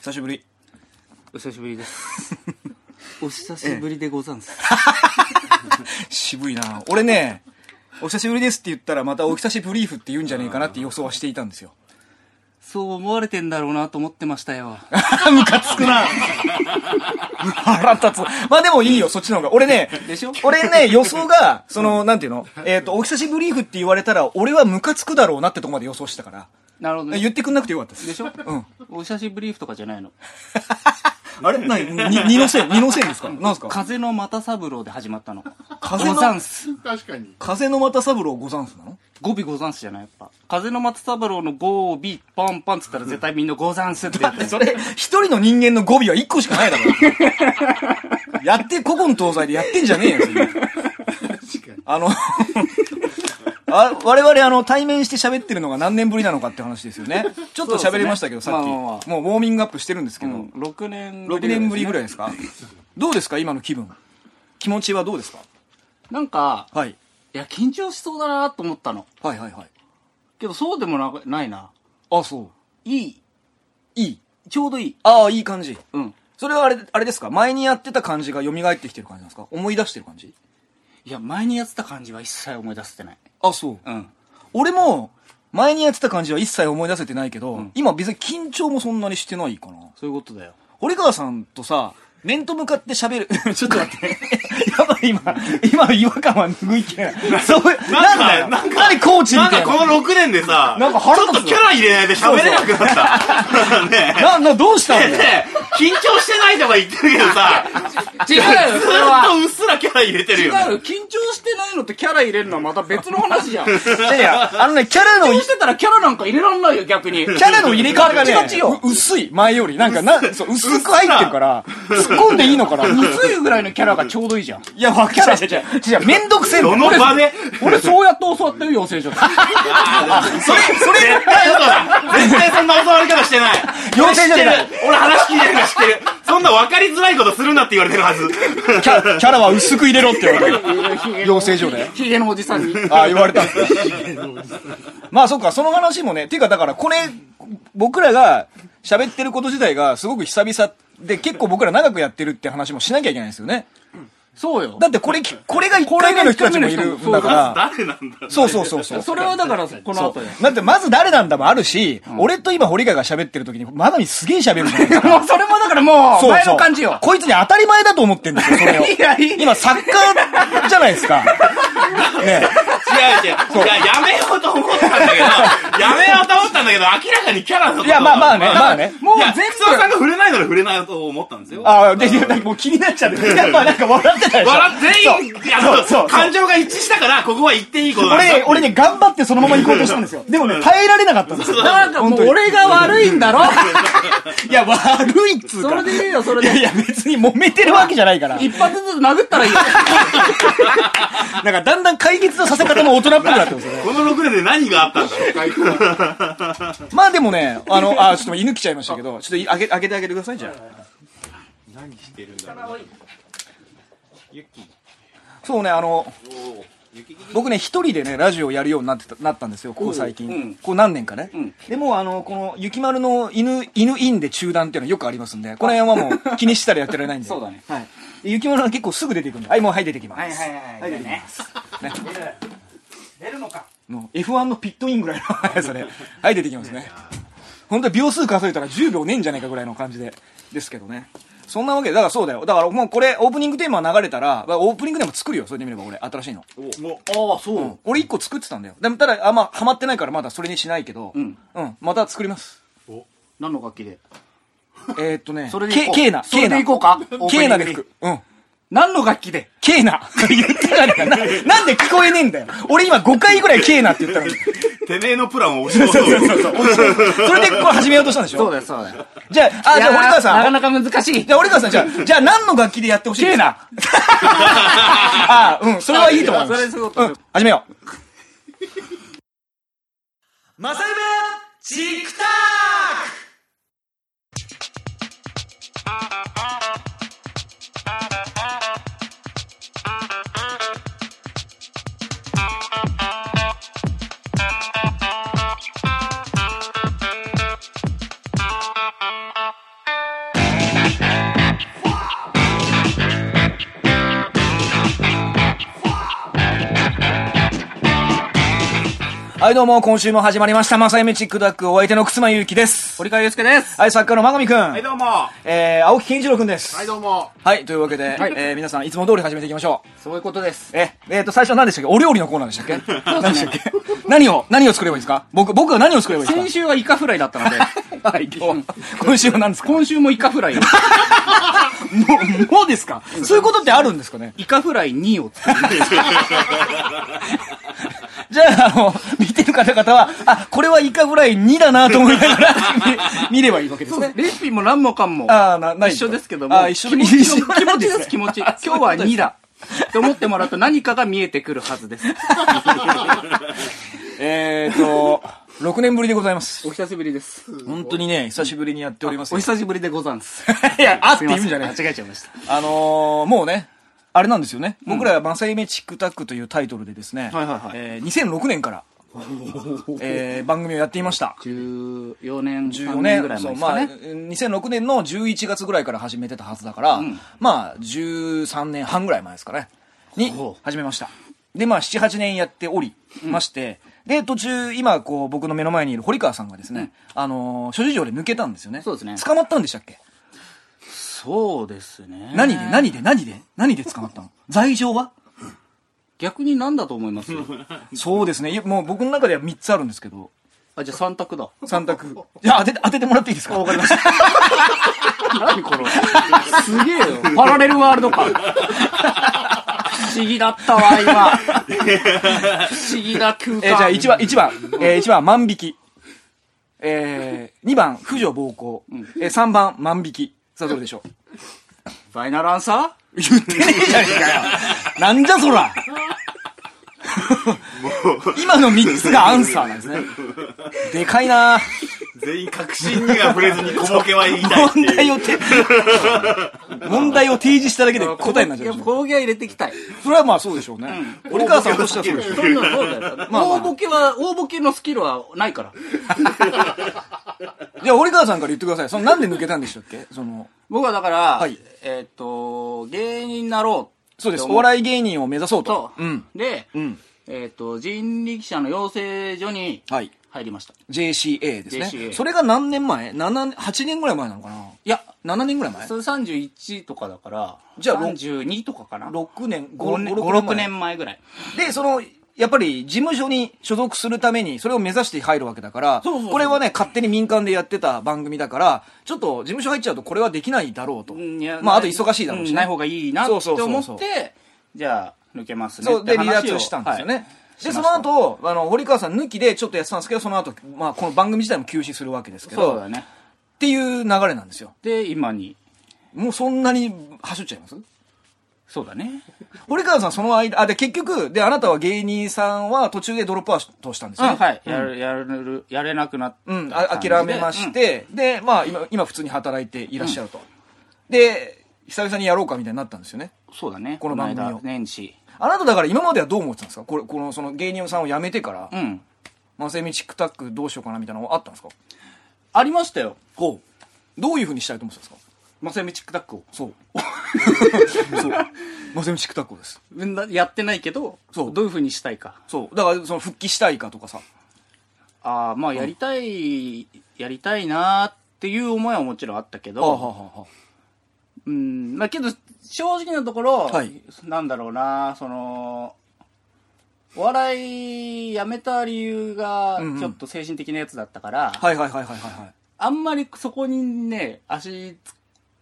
久しぶりお久しぶ りです。お久しぶりでござんす。渋いな俺ねお久しぶりですって言ったらまたお久しブリーフって言うんじゃねえかなって予想はしていたんですよそう思われてんだろうなと思ってましたよ。 ムカつくな 腹立つまあでもいいよそっちの方が俺ねでしょ俺ね予想がそのなんていうのえっ、とお久しブリーフって言われたら俺はムカつくだろうなってとこまで予想してたからなるほどね。言ってくんなくてよかったですでしょうんお久しぶりとかじゃないの。あれ何に二の線二の線ですかなんですか風の又三郎で始まったの。風のござんす。確かに。風の又三郎ござんすなの語尾ござんすじゃないやっぱ。風の又三郎の語尾、パンパンっつったら絶対みんなござんすってやって それ、一人の人間の語尾は一個しかないだろ。 やって、古今東西でやってんじゃねえよ、それ確かに。あの、あ我々あの対面して喋ってるのが何年ぶりなのかって話ですよね。ちょっと喋りましたけど、そさうっですき、ねまあまあまあもうウォーミングアップしてるんですけど、うん6年6年ぶりぐらいい。ですかどうですか今の気分。気持ちはどうですかなんか、はい。いや、緊張しそうだなと思ったの。はいはいはい。けどそうでもなないな。あ、そいい。う。いい。ちょうどいい。ああ、いい感じ。うん。それはあれ、あれですか前にやってた感じが蘇ってきてる感じなんですか思い出してる感じいや、前にやってた感じは一切思い出せてない。あ、そう。うん。俺も前にやってた感じは一切思い出せてないけど、ん今別に緊張もそんなにしてないかなそういうことだよ。堀川さんとさ面と向かって喋る ちょっと待ってやばい今今の違和感は拭いきれないそうなんだよなん何コーチみなんたかいなこの6年でさ、なんか腹ちょっ立つとキャラ入れないで喋れなくなった。ねななどうしたんえ、だよねえ緊張してないとか言ってるけどさ、違うよ、ずそっれは。とうっすらキャラ入れてる違うよ、ね。よ、緊張してないのとキャラ入れるのはまた別の話じ ゃん。緊いやいやあのねキャラの張してたらキャラなんか入れらんないよ、逆 キに。ャラの入れ替わりがねガチガチよう薄い前よりなんかなそう薄く入ってるから突っ込んでいいのかな薄いぐらいのキャラがちょうどいいじゃん。 いやわかんないじゃじゃめんどくせえんだどよの場で俺そうやって教わったよ、養成所で。それ、それ絶対嘘だ絶対そんな教わり方してない養成所じゃない知ってる俺話聞いてるから知ってるそんな分かりづらいことするなって言われてるはず。キャキャラは薄く入れろって言われて 養成 所でヒゲのおじさんに。ああ、言われた。まあ、そっか、その話もね、ていうか、だから、これ、僕らが喋ってること自体が、すごく久々で、結構僕ら長くやってるって話もしなきゃいけないんですよね。そうよ。だって、これ、これが1回目の人たちもいるんだから、誰なんだろうそうそうそうそう。それはだから、この後よ。だって、まず誰なんだもあるし、俺と今、堀川が喋ってる時に、まだにすげえ喋るじゃないですか。もうそれもだからもう、そう前そのう。感じよ。こいつに当たり前だと思ってんですよ、それを。 いやいい今、サッカーじゃないです か。ね違う違う。いや、やめようと思ったんだけど、やめようと思ったんだけど、明らかにキャラのこといや、まあまあね、まあね。もういや、全全部さんが触れないなら触れないと思ったんですよ。ああ、で、でもう気になっちゃって。 やっぱなんか笑ってたでしょ。笑っ全員、いやそうそうそう感情が一致したから、ここは言っていいことなんだ俺、俺ね、頑張ってそのまま行こうとしたんですよ。でもね、耐えられなかったんですよ。なんかもう俺が悪いんだろいや、悪いっつうそれか。でいいよ、それいやいで。や、別に揉めてるわけじゃないから。一発ずつ殴ったらい いよ。なんかだんだん解決のさせ方も大人っぽくなってますよね。この6年で何があったんだろう。最高だまあでもね、あの、あ、ちょっと犬来ちゃいましたけど、ちょっとあげ、あげてあげてください、じゃあ。何してるんだろう。ユッキーそうね、あの、おーユキキキ僕ね、一人でね、ラジオやるようになってた、なったんですよ、ここ最近。うんこう何年かね。んでもう、あの、この、雪丸の犬、犬インで中断っていうのはよくありますんで、この辺はもう気にしたらやってられない んで。そうだね。はい。で雪丸は結構すぐ出てくるんで、はい、もうはい、出てきます。はいはい。ね。ね。出るのか。の F1 のピットインぐらいの速さで、 はい、出てきますね。本当は秒数数えたら10秒ねえんじゃないかぐらいの感じで、ですけどね。そんなわけで、だからそうだよ。だからもうこれ、オープニングテーマ流れたら、オープニングでも作るよ、それで見れば俺、新しいの。ああ、そう。俺一個作ってたんだよ。でもただ、あんまハマってないからまだそれにしないけど、んまた作り ます。何の楽器でえー、っとね、それでいこうケケーナ、それでいこうかケーナで吹く。うん。何の楽器でケーナ。 言ってたねな。 なんで聞こえねえんだよ。俺今5回ぐらいケーナって言ったのに。てめえのプランを押し通そうそれでこれ始めようとしたんでしょそうだよ、そうだよ。じゃあ、あ、じゃあ堀川さん。なかなか難しいじ。ゃあ、堀川さん、じゃあ、じゃあ何の楽器でやってほしいですかケーナ ああ、うん、それはいいと思います。それすごくうん、始めよう。 「はい、どうも、今週も始まりました。まさゆめチックダック、お相手の楠間ゆうきです。堀川祐介です。はい、作家の真上くん。はい、どうも。はえー、青木健一郎くんです。はい、どうも。はい、というわけで、はいえー皆さん、いつも通り始めていきましょう。そういうことです。え、えっ、と、最初は何でしたっけお料理のコーナーでしたっけ何でしたっけ何を、何を作ればいいですか僕、僕は何を作ればいいで先す週はイカフライだった ので、かはい、今日。今週は何ですかも今週もイカフ ライを、う、もうですかそういうことってあるんですかねイカフライ2を作る。じゃあ、あの、見てる方々は、あ、これはイカフライ2だなと思いながら、見見ればいいわけですね。レシピも何もかんもあーなない一緒ですけども、あー一緒気持ち一緒の気持ち です、気持ち。今日は2だ。って思ってもらうと何かが見えてくるはずです。えっ、と、6年ぶりでございます。お久しぶりです。本当にね、久しぶりにやっておりますお。久しぶりでござん す。いや、あってす言まうんじせゃない間違えちゃいました。あのーもうね、あれなんですよね。僕らはマサイメチックタックというタイトルでですね、はいはいはいえー2006年から、えー番組をやっていました。 14 14年、14年年ぐらいそう前ですまかあ、ね。 2006年の11月ぐらいから始めてたはずだから、まあ、13年半ぐらい前ですかね、にほう始めました。で、まあ、7、8年やっておりまして、で、途中、今、こう、僕の目の前にいる堀川さんがですね、あのー諸事情で抜けたんですよね。そうですね捕まったんでしたっけそうですね。何で何で何で何で捕まったの罪状 は逆に何だと思い ますそうですね。いやもう僕の中では3つあるんですけど、あ、じゃあ3択だ。 3択。じゃあ当てて、当ててもらっていいですかわかりました。何この。すげえよ。パラレルワールドか。不思議だったわ、今。不思議な空間。えーじゃあ1番、1番、えー、1番、万引き。えー、2番、婦女暴行。えー、3番、万引き。さあ、どれでしょうファイナルアンサ言ってねえじゃねえかよ。なんじゃそら。今の3つがアンサーなんですね。でかいな全員確信には触れずに小ボケは言いたいって問いう。題を て、問題を提示しただけでー答えになっちゃうでいやしょ。小ボケは入れていき たい。それはまあそうでしょうね。堀川さんとしてはそうでしょう。そうだそうだよ。大ボケは、大ボケのスキルはないから。じゃあ、堀川さんから言ってください。その、なんで抜けたんでしたっけその、僕はだから、はいえーっと、芸人になろう。そうです。おお笑笑いい芸人を目指そうとと。、うん。で、んえーっと、人力車の養成所にはい。入りました。 JCA ですね。 JCA それが何年前 ?7、8年ぐらい前なのかないや、 ?7 年ぐらい前それ31とかだから、じゃあ32とかかな。 ?6 年、 5 5、年、 5 5 6 6年年前ぐらい。前。で、その、やっぱり事務所に所属するために、それを目指して入るわけだから、そうそうそうこれはね、勝手に民間でやってた番組だから、ちょっと事務所入っちゃうとこれはできないだろうと。うんいやまあ、あと忙しいだろうしね、んない方がいいなってそ思うってそうそうそうじゃあ抜けますねそう、で、って話離脱したんですよね。はいで、しそましたの後、あの、堀川さん抜きでちょっとやってたんですけど、その後、まあ、この番組自体も休止するわけですけど、そうだねっていう流れなんですよ。で今にもうそんなに走っちゃいますそうだね堀川さんその間、あ、で、結局、で、あなたは芸人さんは途中でドロップアウトしたんですよあね。はい、やるやるやれなくなっうん、たあ感じで諦めまし、て、で、まあ、今、今普通に働いていらっしゃると。で、久々にやろうかみたいになったんですよね。うんそうだねこの番組を間年始あなただから今まではどう思ってたんですかこれ、この、その芸人さんを辞めてから、うんマセミチックタックどうしようかなみたいなのあったんですかありましたよほう。どういうふうにしたいと思ってたんですかマセミチックタックをそう。 そう。マセミチックタックをです。うんなやってないけどそうどういうふうにしたいかそう。だから、その復帰したいかとかさ。ああまあやりたい、やりたいなーっていう思いはもちろんあったけどああ、はあ、はあ、はうん、まあけど、正直なところ、はいなんだろうな、その、お笑いやめた理由がうんうんちょっと精神的なやつだったから、あ。はいはいはいはいはいはい。あんまりそこにね、足突っ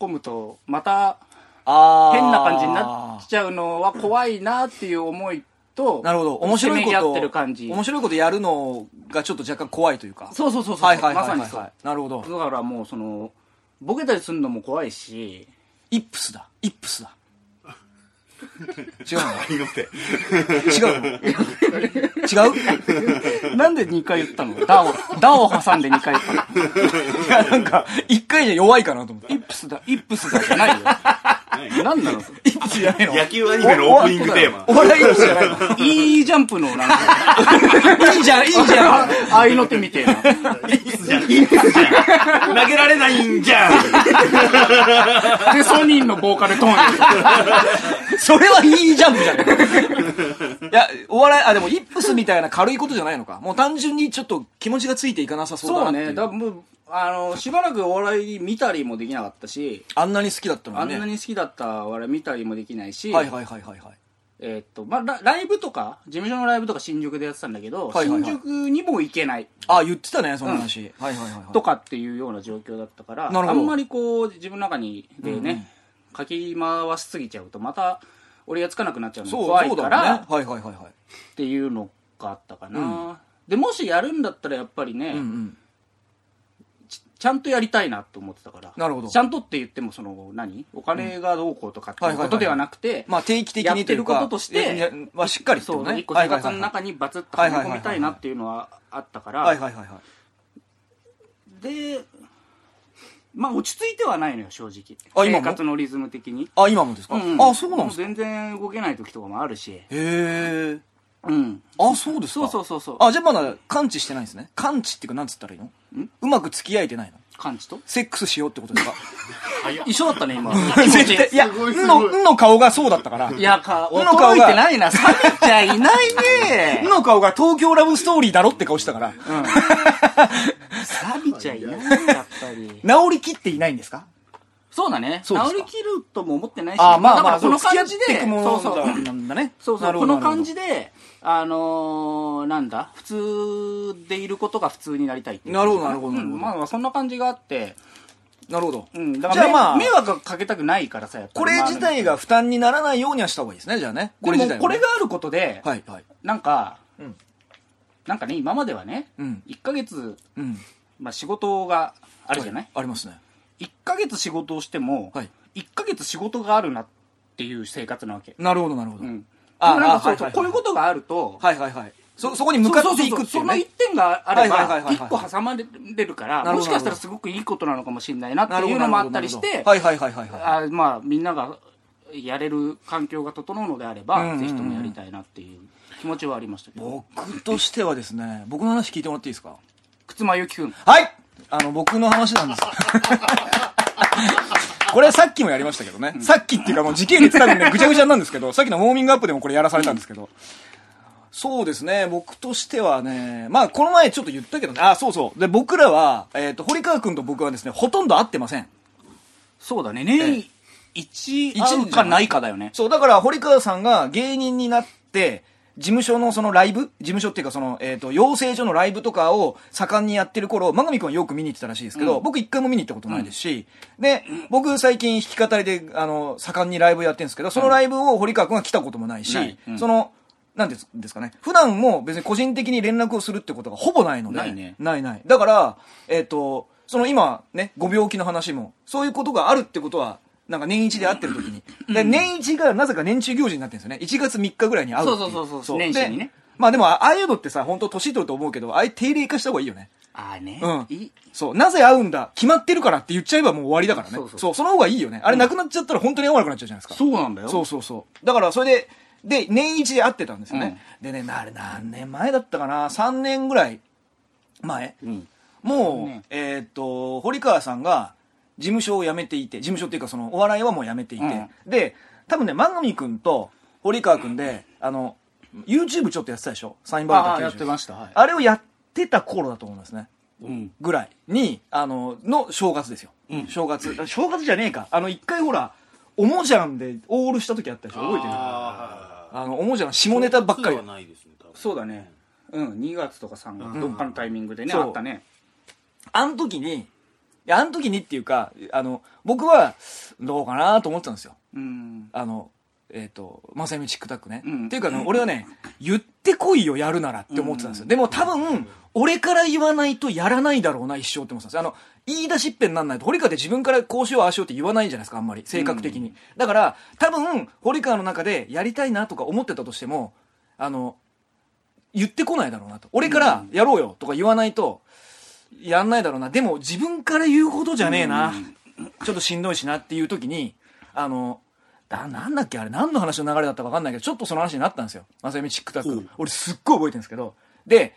込むと、またあー変な感じになっちゃうのは怖いなっていう思いと、なるほど。面白いこせめぎと合ってる感じ。面白いことやるのがちょっと若干怖いというか。そうそうそうそう、はいはいはいはい、まさにそう。なるほど。だからもうその、ボケたりするのも怖いし、イップスだ。イップスだ。違う祈って。の 違うの違うなんで2回言ったのダを、ダを挟んで2回言ったのいや、なんか、一回じゃ弱いかなと思って。イップスだ、イップスだじゃないよ。なんなのそれイップスじゃねえの野球アニメのオープニングテーマ。お笑いイップスじゃないのいいジャンプのなんか、いいじゃん、いいじゃ ん。あいの手みてえな。投げられないんじゃんで、ソニーのボーカルトーン。それはいいジャンプじゃ ない。いや、お笑い、あ、でも、イップスみたいな軽いことじゃないのか。もう単純にちょっと気持ちがついていかなさそうだそなうっていうね。だもうあの、しばらくお笑い見たりもできなかったし、あんなに好きだったのあにね。んなに好きだったお笑い見たりもできないし、はいはいはいはいはい。えーっと、まあラ、ライブとか、事務所のライブとか新宿でやってたんだけど、はいはいはい新宿にも行けないあ、言ってたね、その話。はいはいはいはい。とかっていうような状況だったから、なるほあどんまりこう、自分の中にでね、かき回しすぎちゃうと、また、折り合いつかなくなっちゃうのがそう、怖いそうだかもんね。ら、はいはいはいはい。っていうのがあったかな、うでもしやるんだったらやっぱりね、うんうん。ちゃんとやりたいなと思ってたからなるほどちゃんとって言ってもその何お金がどうこうとかってはいいうはいこはいはいとではなくて、まあ定期的やにっとていうるか。こととしいやてまあしっかりってそこうとね。一個は生いはい活はのい中にバツッとはめ込みたいなっていうのはあったから、はいはいはいはい。でまあ落ち着いてはないのよ正直あ今も生活のリズム的に、あ、今もですか、うんあ、そうなんですかも全然動けない時とかもあるしへえ。うんあ、そうですそかうそうそうそうあ、じゃあまだ感知してないんですね。感知っていうか、なんつったらいいのうまく付き合えてないの感じとセックスしようってことですか一緒だったね 今絶対、いや、すごいんすごの、いんの顔がそうだったから。いやかの顔が衰えてないな冷めちゃいないねん の顔が東京ラブストーリーだろって顔してたから。サビちゃいないやっぱり治りきっていないんですかそうだねそ治うですかりきるとも思ってないしあー、まあだかまあ、らこの感じ付き合ってでいくものそうそだうなんだね。そうそうこの感じで。であのー、なんだ普通でいることが普通になりたいっていうなるほどなるほどうんなるほどまあまあそんな感じがあって、なるほど。うん、だかじゃらあまあめ迷惑かけたくないからさやっぱりこれ自体が負担にならないようにはした方がいいですね、じゃあね。こまれあで自体もこはねれがあることで、はいはい。なんか、うんなんかね今まではね、うん一1ヶ月、うん。まあ、仕事があるじゃない、ありますね。 1ヶ月仕事をしても、はい1ヶ月仕事があるなっていう生活なわけ。なるほどなるほど。うん。あでもなんあかそうはいはいはいこういうことがあると、はいはいはい。そ、そこに向かっていくっていそうそうそうそうの一ね。点があれはいはいはいはば、い一個挟まれるから、なるほどもしかしたらすごくいいことなのかもしれないなっていうのもあったりして、はいはいはいはいはあまあ、みんながやれる環境が整うのであれば、うんうんうんぜひともやりたいなっていう気持ちはありましたけい。ど。僕としてはですね、僕の話聞いてもらっていいですか靴間ゆきくん。はいあの、僕の話なんです。 これはさっきもやりましたけどね。さっきっていうかもう時系列多分ね、ぐちゃぐちゃなんですけど、さっきのウォーミングアップでもこれやらされたんですけど。そうですね、僕としてはね、まあこの前ちょっと言ったけどね、あ、そうそう。で、僕らは、えっ、と、堀川くんと僕はですね、ほとんど会ってません。そうだね。え年一会うかないかだよね。そう、だから堀川さんが芸人になって、事務所のそのライブ事務所っていうかその、えっ、と、養成所のライブとかを盛んにやってる頃、真上くんはよく見に行ってたらしいですけど、うん僕一回も見に行ったことないですし、で、僕最近弾き語りで、あの、盛んにライブやってるんですけど、そのライブを堀川くんは来たこともないし、ないうんその、なんですですかね。普段も別に個人的に連絡をするってことがほぼないので。ないねないない。だから、えっ、と、その今ね、ご病気の話も、そういうことがあるってことは、なんか年一で会ってる時に。で、年一がなぜか年中行事になってるんですよね。1月3日ぐらいに会うっていそうそうそうそう年始にねでまあでも、あああいうのってさ、本当年取ると思うけど、ああいう定例化した方がいいよね。ああね。うんいそう。なぜ会うんだ決まってるからって言っちゃえばもう終わりだからね。そそううそそうの方がいいよね。あれなくなっちゃったら本当に会わなくなっちゃうじゃないですか。そうなんだよ。そうそうそう。だから、それで、で、年一で会ってたんですよね。でね、なあれ何年前だったかな ?3 年ぐらい前うん。もう、ねえーっと、堀川さんが事務所を辞めていて、事務所っていうかそのお笑いはもう辞めていて、うで、多分ね、万上くんと堀川くんで、あの、YouTube ちょっとやってたでしょサインバあーあ、ルやタっ90てました。はい。あれをやってた頃だと思いますね。うん。ぐらいに、あの、の正月ですよ。正月。あ正月じゃねえか。あの、一回ほら、おもじゃんでオールした時あったでしょ覚えてるああの、おもじゃん下ネタばっかりは。ないですね、多分そうだね。うん、2月とか3月、どっかのタイミングでね、そうあったね。あの時に、いや、あの時にっていうか、あの、僕は、どうかなと思ってたんですよ。うん。あの、えっ、と、まさゆみチックタックね。うんっていうかね、俺はね、言ってこいよ、やるならって思ってたんですよ。でも多分、俺から言わないとやらないだろうな、一生って思ってたんですよあの、言い出しっぺにならないと、堀川って自分からこうしよう、ああしようって言わないじゃないですか、あんまり、性格的に。だから、多分、堀川の中でやりたいなとか思ってたとしても、あの、言ってこないだろうなと。俺からやろうよとか言わないと、やんないだろうな。でも自分から言うことじゃねえな。ちょっとしんどいしなっていう時に、あの、だ、なんだっけあれ、何の話の流れだったか分かんないけど、ちょっとその話になったんですよ。まさゆみチックタック。俺すっごい覚えてるんですけど。で、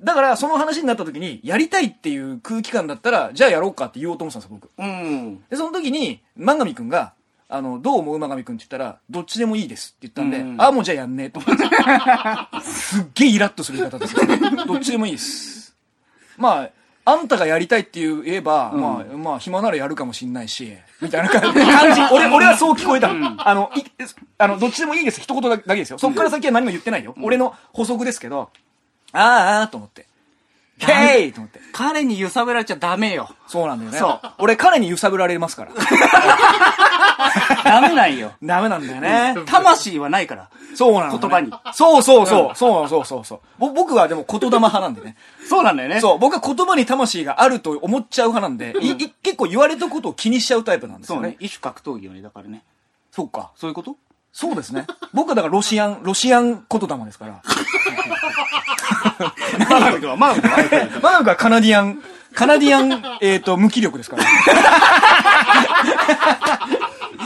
だからその話になった時に、やりたいっていう空気感だったら、じゃあやろうかって言おうと思ってたんですよ、僕。うん。で、その時に、万上くんが、あの、どう思う馬上くんって言ったら、どっちでもいいですって言ったんで、うんあ、もうじゃあやんねえと思って。すっげえイラッとする言い方です。どっちでもいいです。まあ、あんたがやりたいって言えば、まあ、まあ、暇ならやるかもしんないし、みたいな感じ。感じ俺、俺はそう聞こえた。あの、い、あの、どっちでもいいです。一言だけですよ。そっから先は何も言ってないよ。俺の補足ですけど、あーあーと思って。ヘイと思って。彼に揺さぶられちゃダメよ。そうなんだよね。そう俺、彼に揺さぶられますから。ダメない よ。ダメなんだよね。魂はないから。そうなの、ね。言葉に。そうそうそう。そうそうそうそう。ぼ僕はでも言霊派なんでね。そうなんだよね。そう、僕は言葉に魂があると思っちゃう派なんで、いい結構言われたことを気にしちゃうタイプなんですそうよねね。。一種格闘技よね、だからね。そうか。そういうことそうですね。僕はだからロシアン、ロシアン言霊ですから。マナミ君は、マナミ君は。マナブはカナディアン、カナディアン、えっ、と、無気力ですから。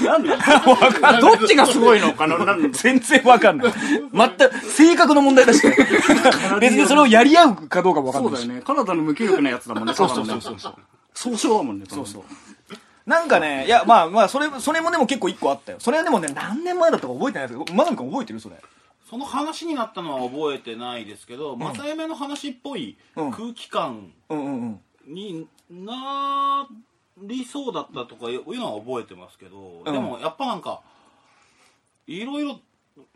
なんだどっちがすごいのかななんだ全然わかんない。全く、性格の問題だしね。別にそれをやり合うかどうかもわかんそなういだしよ。ね。カナダの無気力なやつだもんね。そうそうそうそう。総称だもんね。そうそう。なんかね、いや、まあまあ、それ、それもでも結構一個あったよ。それはでもね、何年前だったか覚えてないですけど、マナミ君覚えてるそれ。その話になったのは覚えてないですけど、正夢の話っぽいうん空気感うんうんうん。になりそうだったとかいうのは覚えてますけど、うんでもやっぱなんかいろいろ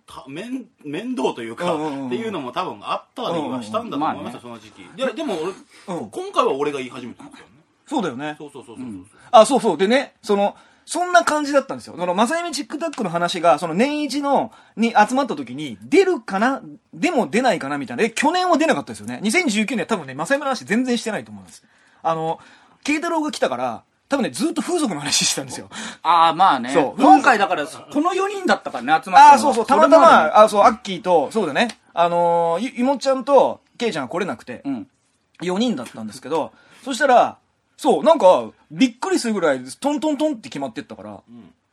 た面面倒というか、うんうんうんっていうのも多分あったりはしたんだと思いますよ、その時期いやでも俺、うん今回は俺が言い始めたんですよねそうだよね。そうそうそうそうそう、あ、そうそう。でね、その、そんな感じだったんですよ。その、まさゆみチックタックの話が、その年一の、に集まった時に、出るかなでも出ないかなみたいな。で、去年は出なかったですよね。2019年は多分ね、まさゆみの話全然してないと思うんです。あの、慶太郎が来たから、多分ね、ずっと風俗の話してたんですよ。ああ、まあね。そう今回だから、この4人だったからね、集まったのあはあ、そうそう、たまたれでねま、あそう、アッキーと、そうだね、あのー、ゆ、ゆもっちゃんと、ケイちゃんが来れなくて、うん。 4人だったんですけど、そしたら、そう、なんか、びっくりするぐらい、トントントンって決まってったから、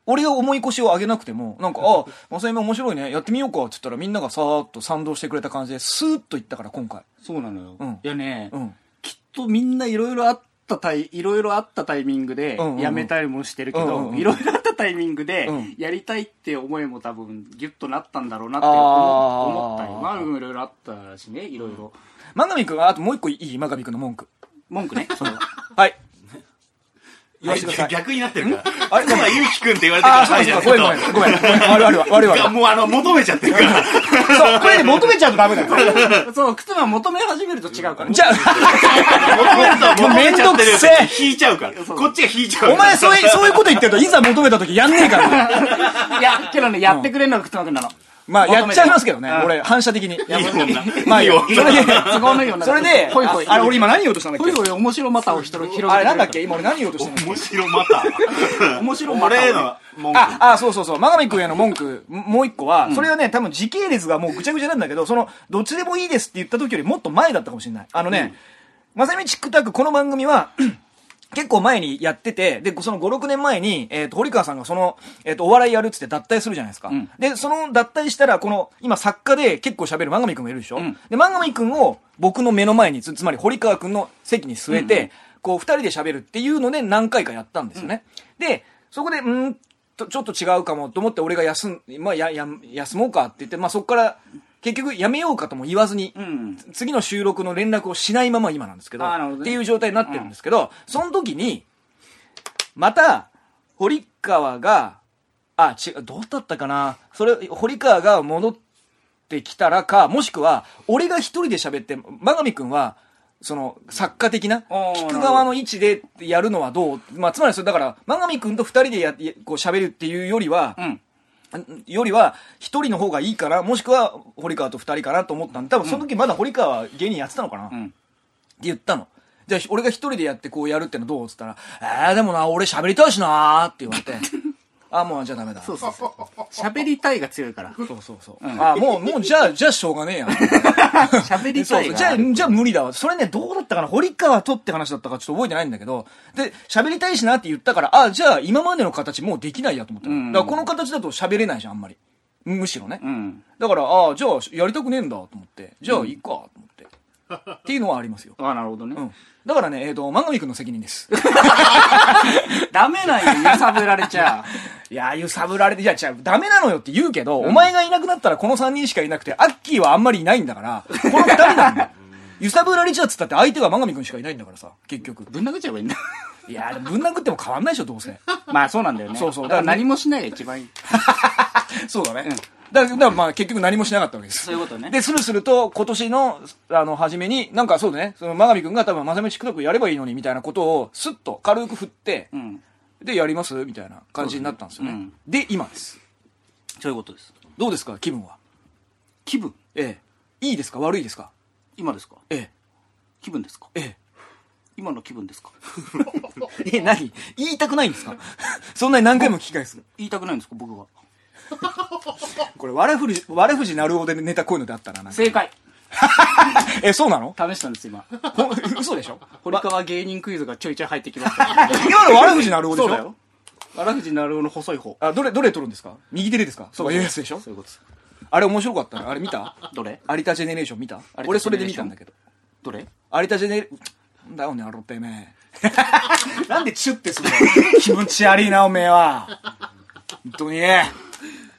俺が重い腰を上げなくても、なんか、あ、まさゆめ面白いね、やってみようか、っつったらみんながさーっと賛同してくれた感じで、スーッといったから、今回。そうなのよ。うんいやね、うん。きっとみんないろいろあったタイ、いろいろあったタイミングでうんうんうん、やめたりもしてるけうんうんどう、んいろいろあったタイミングでうん、やりたいって思いも多分、ギュッとなったんだろうなってあー思思ったよ。マナミ君もいろいろあったしね、いろいろ。マガミ君、あともう一個いいマガミ君の文句。文句ね。それははい。言わせてください。逆になってるからあれ今度はゆうきくんって言われてるああ、かそうらですか。ごめんごめん。ごめん。悪い悪い悪い悪い悪い。もうあの求めちゃってるからそう、これで求めちゃうとダメ だよ。そう、靴は求め始めると違うから。じゃ 求めると求めちゃってるめんどくせえ引いちゃうからこっちが引いちゃうあ、お前そうういう、そういうこと言ってると、いざ求めた時やんねえから。いや、けどね、やってくれるのが靴間くんなの。まあ、やっちゃいますけどねう。ん俺、反射的に。いい女まあ、いいよ。女それで、都合のいいようになそれで、ほいほい。ああれ、俺今何言おうとしたんだっほいけほい面白またを広げてるあれ、なんだっけ今俺何言おうとしたんだっけ面白 また面白また俺への文句あ、あ、そうそうそう。マガミ君への文句、ももう一個は、それはね、多分時系列がもうぐちゃぐちゃなんだけど、その、どっちでもいいですって言った時よりもっと前だったかもしれない。あのね、まさみチックタック、この番組は、結構前にやってて、で、その5、6年前に、えっ、と、堀川さんがその、えっ、と、お笑いやるっつって脱退するじゃないですか。んで、その脱退したら、この、今作家で結構喋る万上くんがいるでしょ、んで、万上くんを僕の目の前に、つつまり堀川くんの席に据えて、こう、二人で喋るっていうので何回かやったんですよね。で、そこで、んーと、ちょっと違うかもと思って俺が休ん、まあ、や、や、休もうかって言って、まあ、そこから、結局やめようかとも言わずに、うん次の収録の連絡をしないまま今なんですけど、あーなるほどねっていう状態になってるんですけど、その時に、また、堀川が、あ、違う、どうだったかな。それ、堀川が戻ってきたらか、もしくは、俺が一人で喋って、真上くんは、その、作家的な、あー聞く側の位置でやるのはどうまあ、つまりそれ、だから、真上くんと二人でや、こう喋るっていうよりは、うん。よりは、一人の方がいいかな、もしくは、堀川と二人かなと思ったんで、多分その時まだ堀川は芸人やってたのかな、んって言ったの。じゃあ、俺が一人でやってこうやるってのどうっつったら、えー、でもな、俺喋りたいしなーって言われ て、あー、もうじゃあダメだ。そうそうそう。喋りたいが強いから。そうそうそう。あー、もう、もう、じゃあ、じゃあしょうがねえやん。喋りそたういそうが。じゃあ、じゃあ無理だわ。それね、どうだったかな堀川とって話だったかちょっと覚えてないんだけど、で、喋りたいしなって言ったから、あ、じゃあ今までの形もうできないやと思ったの、うんだからこの形だと喋れないじゃん、あんまり。むしろね。うん。だから、ああ、じゃあやりたくねえんだと思って、じゃあいいかと思 って。っていうのはありますよ。あなるほどね。うん。だからね、えっ、と、万上くんの責任です。ダメなんよ、揺さぶられちゃ。 いや、揺さぶられて、いや、違う、ダメなのよって言うけど、お前がいなくなったらこの3人しかいなくて、アッキーはあんまりいないんだから、この2人なん だよ。揺さぶられちゃっつったって相手が真上くんしかいないんだからさ、結局。ぶん殴っちゃえばいいんだ。いや、ぶん殴っても変わんないでしょ、どうせ。 まあそうなんだよね。そうそうだから何もしないが一番いい。そうだね。だだからまあ結局何もしなかったわけです。そういうことねで、スルスルと今年の、あの、初めに、なんかそうだね、その、真上くんが多分、まさみちくとくやればいいのに、みたいなことを、スッと軽く振って、うん。で、やりますみたいな感じになったんですよね。うんで、今です。そういうことです。どうですか、気分は。気分ええ。いいですか悪いですか今ですかええ。気分ですかええ。今の気分ですかえ、何言いたくないんですか そんなに何回も聞き返す。言いたくないんですか僕は。これ、われふじ、われふじなるおでネタこういうのであったらな。正解 え、そうなの試したんです、今。ほん嘘でしょ堀川芸人クイズがちょいちょい入ってきました。今のわれふじなるおでしょ そうだよ。荒藤なるおの細い方。あ、どれ、どれ取るんですか右手でですかそうか、いうやつでしょそういうことです。あれ面白かったねあれ見たどれ有田ジェネレーション見た有田ジェネレーション俺それで見たんだけど。どれ有田ジェネレなんだよね、あのてめえ。なんでチュってするの気持ち悪いな、おめえは。本当にね。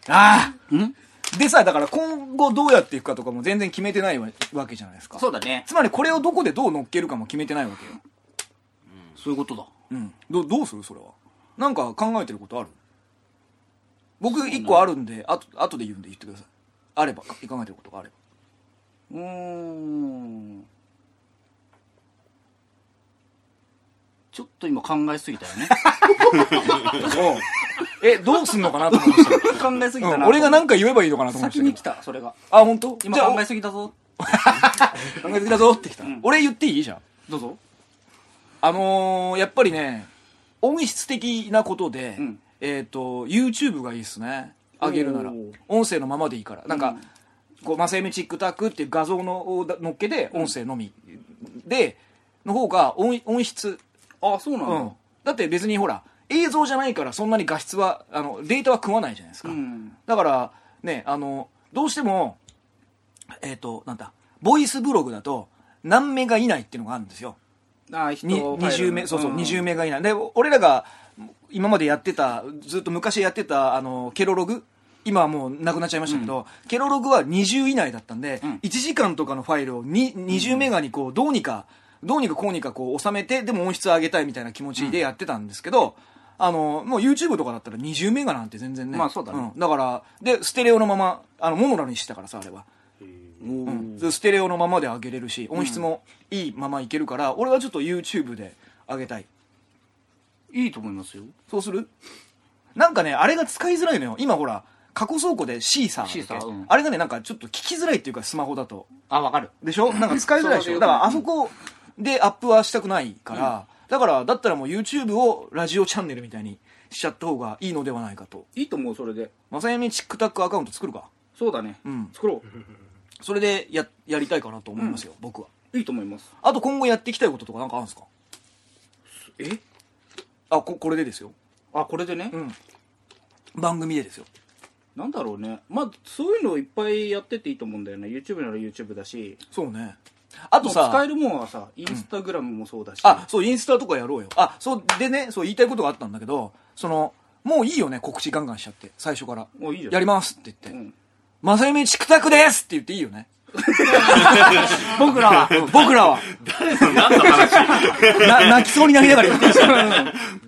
ああ。んでさ、だから今後どうやっていくかとかも全然決めてないわわけじゃないですか。そうだね。つまりこれをどこでどう乗っけるかも決めてないわけよ。そういうことだ。うん。どどうするそれは。なんか考えてることある僕一個あるんで、あと、あとで言うんで言ってください。あれば、考えてることがあれば。うーん。ちょっと今考えすぎたよね。え、どうすんのかなと思いました。 考えすぎたうん な。俺が何か言えばいいのかなと思いまし先たけにど来。た、それが。あ、本当？今じゃあ考えすぎたぞ。考えてきたぞってきた、俺言っていいじゃん。どうぞ。あのー、やっぱりね、音質的なことで、うんえっ、と、YouTube がいいっすね。上げるならおー。音声のままでいいから。なんか、こう、マセミチックタックっていう画像のを乗っけで、音声のみ。で、の方が音音質。あ、そうなうんの。だって別にほら、映像じゃないからそんなに画質は、あの、データは食わないじゃないですか。うん。だから、ね、あの、どうしても、えっ、と、なんだ、ボイスブログだと、何メガ以内っていうのがあるんですよ。あー、人にを変える20メ、そうそう、ん20メガ以内。で、俺らが、今までやってた、ずっと昔やってた、あの、ケロログ今はもうなくなっちゃいましたけど、ケロログは20以内だったんで、ん1時間とかのファイルをに20メガにこう、どうにか、どうにかこうにかこう収めて、でも音質上げたいみたいな気持ちでやってたんですけど、あの、もう YouTube とかだったら20メガなんて全然ね。まあそうだねんだから、で、ステレオのまま、あの、モノラルにしてたからさ、あれは。おーでステレオのままで上げれるし音質もいいままいけるから、俺はちょっと YouTube で上げたいいいと思いますよ。そうするなんかねあれが使いづらいのよ今ほら過去倉庫でシーサーだっけシーサーうんあれがねなんかちょっと聞きづらいっていうかスマホだとあ、わかる。でしょなんか使いづらいでしそょうそうだからあそこでアップはしたくないから、だからだったらもう YouTube をラジオチャンネルみたいにしちゃった方がいいのではないかといいと思う、それで。まさやみチックタックアカウント作るかそうだね。うん作ろそれでややりたいかなと思いますよ、僕はう。いいと思います。あと今後やっていきたいこととかなんかあるんですかえあここれでですよあ、これでね。うん。番組でですよ。なんだろうね。まあ、そういうのをいっぱいやってっていいと思うんだよね。YouTube なら YouTube だし。そうね。あともう使えさ、るもんはさ、インスタグラムもそうだし。あ、そう、インスタとかやろうよ。あ、そう、でね、そう言いたいことがあったんだけど、その、もういいよね、告知ガンガンしちゃって、最初から。おいいじゃんやりますって言うって。ん。まさゆみチクタクですって言っていいよ ね。僕らは、僕らは。何の話 な、泣きそうになりながら言ってました。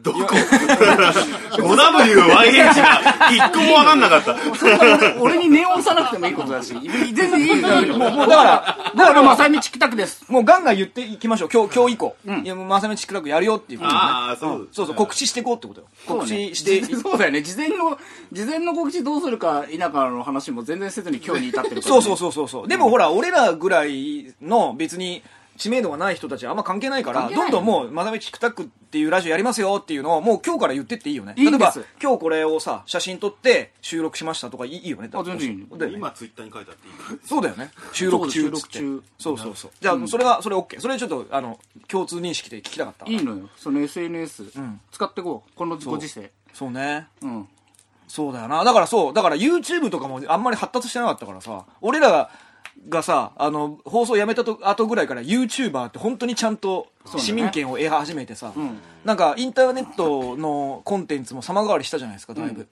どこ ?5WYH が一個も分かんなかった。そんな俺に念を押さなくてもいいことだし。 全然いいよ、いいよ。もう、ももうう、だから、だかだからら、もまう、さみチクタクです。もうガンガン言っていきましょう。今日、今日以降。んいや、もうまさゆみチクタクやるよっていうことね。ああ、そう。そうそう、告知していこうってことよ。告知して、そうね そうだよね。事前の、事前の告知どうするか否かの話も全然せずに今日に至ってるからね、そうそうそうそうそう。でもほら、俺らぐらいの別に知名度がない人たちはあんま関係ないから、関係などいんどんもう、まなめチクタクっていうラジオやりますよっていうのをもう今日から言ってっていいよね。いいん例でえばす、今日これをさ、写真撮って収録しましたとかいいいいよね。あ全然いいよだよね今ツイッターに書いてあっていいそうだよね。収録中っつって。収録中そうそうそう。じゃあ、それが、それ OK。それちょっと、あの、共通認識で聞きたかった。いいのよ。その SNS、ん使ってこう。このご時世。そうね。うん。そうだよな。だからそう、だから YouTube とかもあんまり発達してなかったからさ、俺らがさ、あの、放送やめたと後ぐらいから YouTuber って本当にちゃんとそうだね市民権を得始めてさ、んなんかインターネットのコンテンツも様変わりしたじゃないですかだいぶ、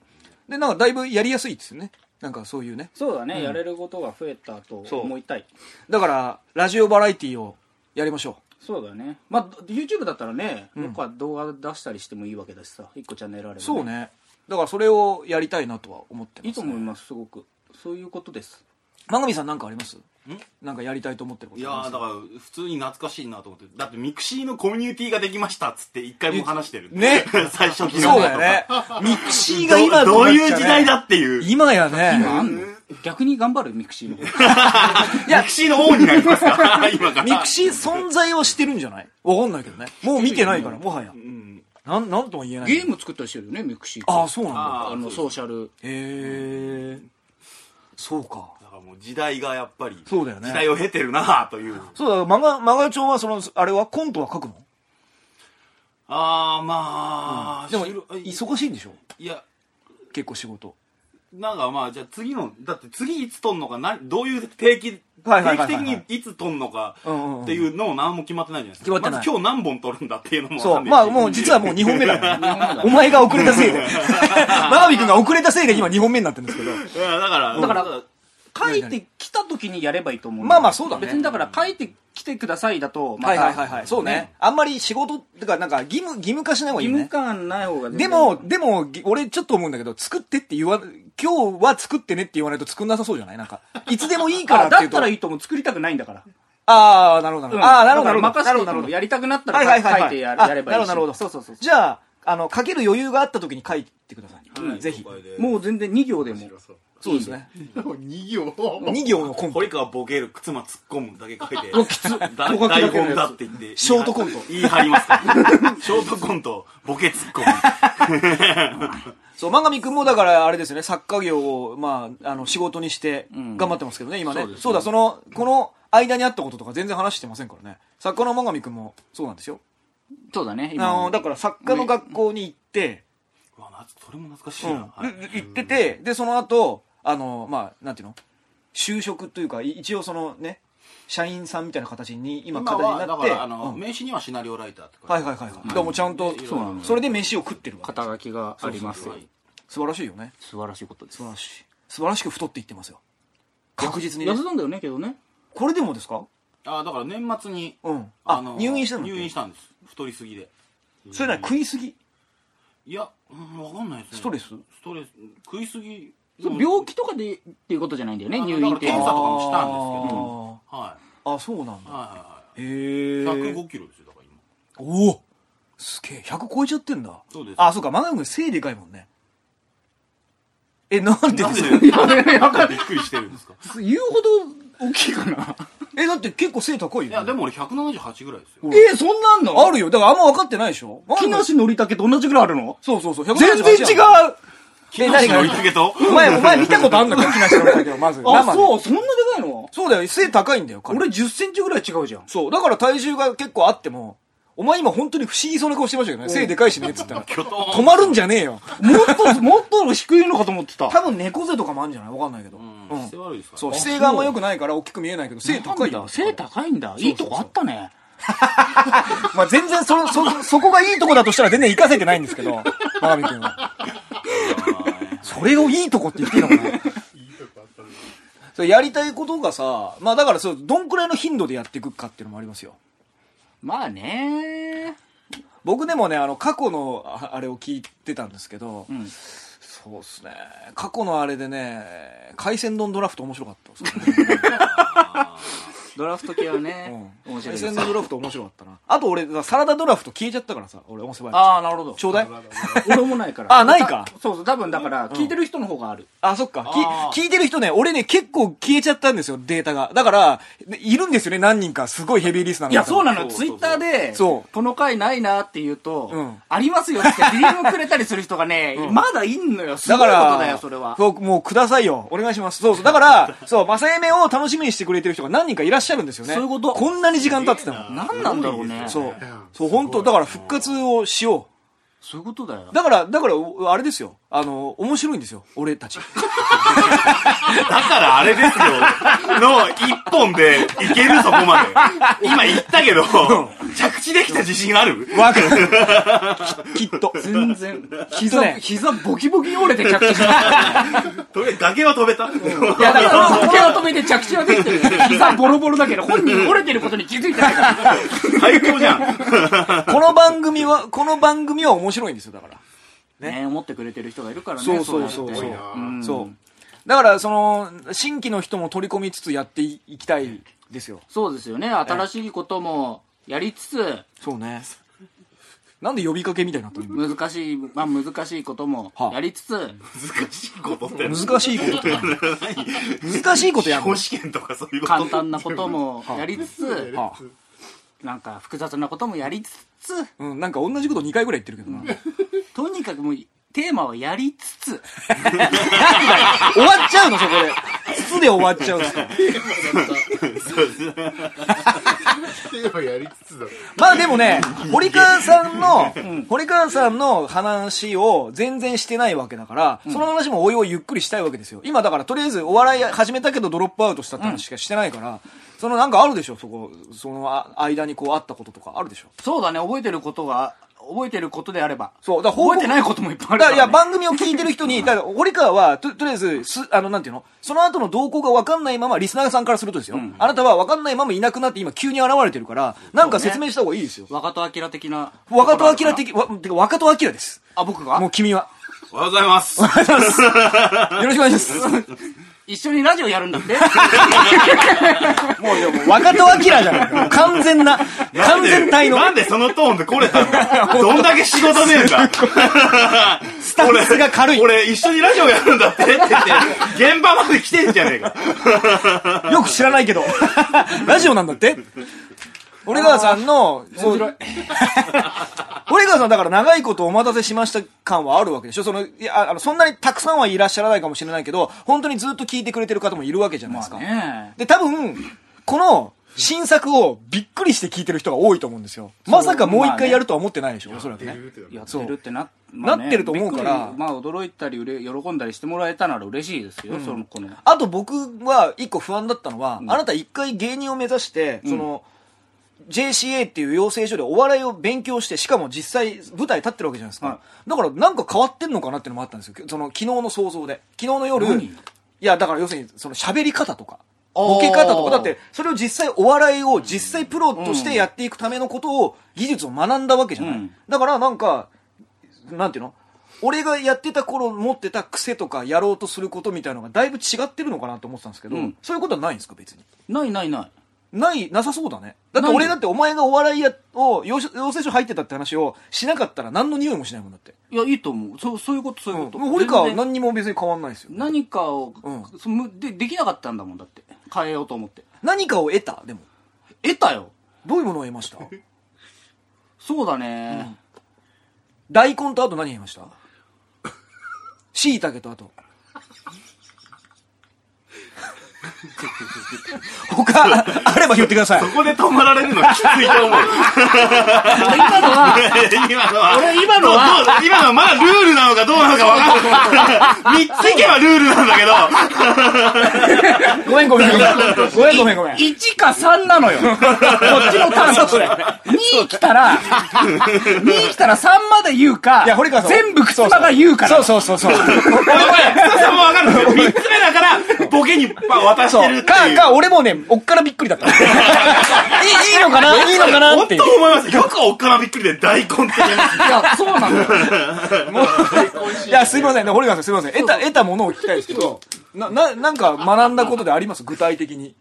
でなんかだいぶやりやすいですよねなんかそういうねそうだね、やれることが増えたとそう思いたいだからラジオバラエティーをやりましょそうだねまあ YouTube だったらね、僕は動画出したりしてもいいわけだしさ一個チャンネルあれば、うそうねだからそれをやりたいなとは思ってます、ね、いいと思いますすごくそういうことです真上さんなんかありますなんかやりたいと思ってるこいとやあーりだまから普通に懐かしいなと思ってだってミクシーのコミュニティができましたっつって一回も話してるね 最初昨日すそうだよねミクシーが今どどういう時代だだっていうミ今やねあんの逆に頑張るミクシーの方クシーの王になりますから 今からミクシー存在をしてるんじゃないわかんないけどねもう見てないからもはやなんなんとも言えないゲーム作ったりしてるよねミクシーってああそうなんだああのソーシャルへえそうかだからもう時代がやっぱりそうだよね時代を経てるなあというそうだマガマガチョウはそのあれはコントは書くのああまあ、でもしろい忙しいんでしょいや結構仕事なんかまあじゃあ次のだって次いつ撮んのかなどういう定期はいはいはいはい定期的にいつ撮んのかうんうんうんっていうのも何も決まってないじゃないで決すかまってないず今日何本撮るんだっていうのもそわかうんないまあしもう実はもう2本目だからお前が遅れたせいで 真上君が遅れたせいで今2本目になってるんですけどいやだからだからだから書いてきた時にやればいいと思うまあまあそうだね別にだから書いてきてくださいだとまはいたはいはいはい。そうね。あんまり仕事ってか、なんか義務、義務化しない方がいい義よ務ね。感ない方が全で然も、でも、ぎ俺ちょっと思うんだけど、作ってって言わ、今日は作ってねって言わないと作んなさそうじゃないなんか、いつでもいいからあってだいうっと。たらいいと思う作りたくないんだからああ、なるほどなるほど。ああ、なるほどなるほど。任せていなるほどいとなるほ思うどやりたくなったはいはいはいはらい書いてやあやればいいしなるほどなるほどそうそうそうじゃあ、あの、書ける余裕があった時に書いてください。はいぜひ了。解でもう全然2行でも面白そうそうですね。 2行2行のコント。堀川ボケる靴間突っ込むだけ書いてだ台本だって言ってショートコント言い張りますから ショートコントボケ突っ込むそう、真上くんもだから、あれですね、作家業を、まあ、あの、仕事にして、頑張ってますけどね、今ね。そうだ、その、この間にあったこととか全然話してませんからね。作家の真上くんも、そうなんですよ。そうだねあのだから作家の学校に行って、うわなそれも懐かしいうんな、はいで行っててでその後あのまあなんていうの就職というかい一応そのね社員さんみたいな形に今今形になはってだからあの、うん名刺にはシナリオライターって書はいいてあはいるはいはいでもちゃんとそうなのそれで飯を食ってるわけ肩書きがありますよそうそう素晴らしいよね素晴らしいことです素晴らしい素晴らしく太っていってますよ確実にね痩せたんだよねけどねこれでもですかあーだから年末に、うんあ入院したの入院したんです太りすぎでそれなに食いすぎいや、うん、わかんないですねストレスストレス食いすぎそう病気とかでっていうことじゃないんだよねあ入院っていうだのから検は査とかもしたんですけあどはーあそうなんいだはへいえはいはい105キロですよだから今おおすげえ100超えちゃってんだそうですあそうか真鍋君背でかいもんねえなんでなんでですびっくりしてるんですか言うほど大きいかなえだって結構背高いよいやでも俺178ぐらいですよ えそんなんのあるよだからあんま分かってないでしょ木梨憲武と同じぐらいあるのそうそうそう全然違うえ足何の追いがかけとお前お前見たことあんのか木梨のだけどまずあ生でそうそんなでかいのそうだよ背高いんだよ彼俺1 0ンチぐらい違うじゃんそうだから体重が結構あってもお前今本当に不思議そうな顔してましたけどね背でかいしねっつったらキョト止ーンまるんじゃねえよもっともっと低いのかと思ってた多分猫背とかもあるんじゃないわかんないけどうん姿勢悪いですかそらうね姿勢があんま良くないから大きく見えないけど背高いよ背高いんだいいとこあったねまあ全然その、そ、そこがいいとこだとしたら全然活かせてないんですけ ど、真上君は。それをいいとこって言っていいのかなそうやりたいことがさ、まあだからそう、どんくらいの頻度でやっていくかっていうのもありますよ。まあね僕でもね、あの、過去のああれを聞いてたんですけど、んそうですね、過去のあれでね、海鮮丼ドラフト面白かったです ね。ドラフト系はうんね面白海いで鮮す丼ドラフト面白かったな。あと俺、サラダドラフト消えちゃったからさ、俺、面白い。ああなるほどちょうだい俺もない からあないかたそうそう多分だから聞いてる人の方があるあ、そっか。あき聞いてる人ね、俺ね、結構消えちゃったんですよ、データが。だから、ねいるんですよね、何人か。すごいヘビーリスナーのいやそうなそのうツそうイそうッターでそうこの回ないなって言うとうんありますよって DM くれたりする人がねまだいんのよすごだいこかとら、だよそれはそう、もうくださいよ。お願いします。そうそう。だから、そう、マサエメを楽しみにしてくれてる人が何人かいらっしゃるんですよね。そういうことこんなに時間経ってたすげの。え何なんだろうねそううん。そう、本当だから復活をしよう。そういうことだよ。だから、だから、おあれですよ。あの、面白いんですよ。俺 たち。だからあれですよ。の、一本でいけるそこまで。今言ったけど、着地できた自信あるわかる。ききっと。全然。きっと膝、ね膝ボキボキに折れて 着地しました。とりあえず崖は飛べたいや、だから、その時計を止めて着地はできてる。膝ボロボロだけど、本人折れてることに気づいてないから。最高じゃん。この番組は、この番組は面白いんですよ、だから。ね思ってくれてる人がいるからね。そうそうそうそそううやっうてんそうだからその新規の人も取り込みつつやっていきたいですよそうですよね。新しいこともやりつつ、そうねなんで呼びかけみたいになったの難しい、まあ難しいこともはあやりつつ、 難しいことって。難しいことって何難しいことや司 るの法試験とかそういうこと。簡単なこともやりつつ、はあなんか複雑なこともやりつつ、うん、なんか同じこと2回ぐらい言ってるけどなとにかくもう、テーマはやりつつ、終わっちゃうのそこで筒で終わっちゃうんですかそうですね。手はやりつつだろまあでもね堀川さんの堀川さんの話を全然してないわけだからその話もおいおいゆっくりしたいわけですよ今だからとりあえずお笑い始めたけどドロップアウトしたって話しかしてないからそのなんかあるでしょそこそのあ間にこうあったこととかあるでしょそうだね、覚えてることが、覚えてることであれば。そうだから報覚告えてないこともいっぱいあだるか、かららいやね。番組を聞いてる人 にだから堀川はととりあえずすあのなんていうのその後の動向が分かんないままリスナーさんからするとですよ、あなたは分かんないままいなくなって今急に現れてるからなんか説明した方がいいですよ、若戸明的な。若戸明。的わてか若戸明ですあ、僕がもう君はおはようございます。よろしくお願いし ます。一緒にラジオやるん だって。もう、でも、若戸明じゃない。完全な、完全体のなんでそのトーンで来 れたのどんだけ仕事ねえんだスタンスが軽い。よ俺一緒にラジオやるんだってって言って、現場まで来てんじゃねえか。 く知らないけど。ラジオなんだって。俺川さんの、そう、 俺川さんだから長いことお待たせしました感はあるわけでしょその、いや、ああの、そんなにたくさんはいらっしゃらないかもしれないけど、本当にずっと聞いてくれてる方もいるわけじゃないですか。ねえで、多分、この、新作をびっくりして聞いてる人が多いと思うんですよ。まさかもう一回やるとは思ってないでしょ、おそらくね。やってるってな、なってると思うからびっくりまあ驚いたりうれ、喜んだりしてもらえたなら嬉しいですよ、その子の。あと僕は一個不安だったのは、あなた一回芸人を目指して、その、JCA っていう養成所でお笑いを勉強して、しかも実際舞台立ってるわけじゃないですか。はだからなんか変わってんのかなってのもあったんですよ。その昨日の想像で。昨日の夜、何いやだから要するにその喋り方とか、ボケ方とか、だってそれを実際お笑いを実際プロとしてやっていくためのことを、技術を学んだわけじゃない。うんだからなんか、なんていうの俺がやってた頃持ってた癖とかやろうとすることみたいのがだいぶ違ってるのかなと思ってたんですけど、うんそういうことはないんですか別にないないない。ないなさそうだねだってない俺だってお前がお笑いやを養養成所入ってたって話をしなかったら何の匂いもしないもんだって、いや、いいと思う。そう、そういうこと、そういうこと。もう堀川は全然何にも別に変わんないですよ何かを、うそむで、できなかったんだもん、だって。変えようと思って。何かを得たでも得たよ。どういうものを得ましたそうだね。大根とあと何得ましたしいたけとあ と他あれば言ってくださいそこで止まられるのきついと思う。俺今のは、今のは。俺今のはどうどう今のはまだルールなのかどうなのかわかんない。3つい けばルールなんだけど、ごめんごめんごめん。ごめんごめんごめん。 1か3な のよ。こっちのターンとして。2来たら、2来たら3まで言うか、いや堀川さん全部靴場が言うから。そうそう そうそう。これこれ、草さんもわかるんですよ。3つ目だから、ボケにまあ渡してるそっう。てか、いう。か、俺もね、おっからびっくりだ った。いいいいのかないいのかな本って当いう。思います。よくおっからびっくりで大根って言いますいや、そうなのよ。いや、すいませんね、堀川さんすいません。得た、得たものを聞きたいですけど、な、な、なんか学んだことであります具体的に。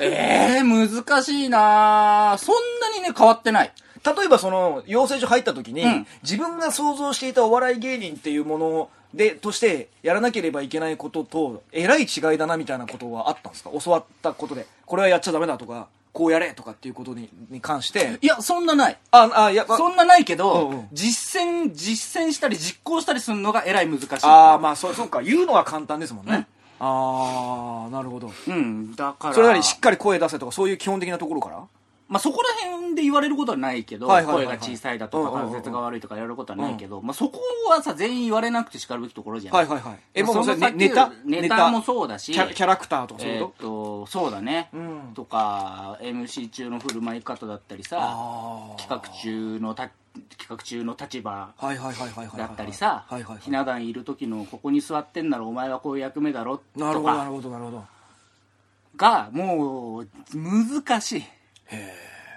ええー、難しいなぁそんなにね、変わってない。例えばその、養成所入った時に、うん自分が想像していたお笑い芸人っていうもので、としてやらなければいけないことと、えらい違いだなみたいなことはあったんですか教わったことで。これはやっちゃダメだとか、こうやれとかっていうことに、に関して。いや、そんなない。あ、あ、いや、あそんなないけど、うんうん実践、実践したり実行したりするのがえらい難しい。ああ、まあ、そう、そうか。言うのは簡単ですもんね。ああ、なるほど。うん、だから。それなりにしっかり声出せとか、そういう基本的なところからまあ、そこら辺で言われることはないけど、はいはいはい声はがい小さいだとか、うんうんうん関節が悪いとか言われることはないけど、まあ、そこはさ、全員言われなくて叱るべきところじゃん。はいはいはいえまあもうそのそれ先ネタネネタタもそうだし、キャラキャラクターとかそういえうーっ、ことそうだね。んとか、MC 中の振る舞い方だったりさ、あ企画中のた、企画中の立場あはいはいはいはいはいはいだったりさ、はいはいはいひな壇いる時のここに座ってんならお前はこういう役目だろなるとほどなるかほどなるほどがもう難しい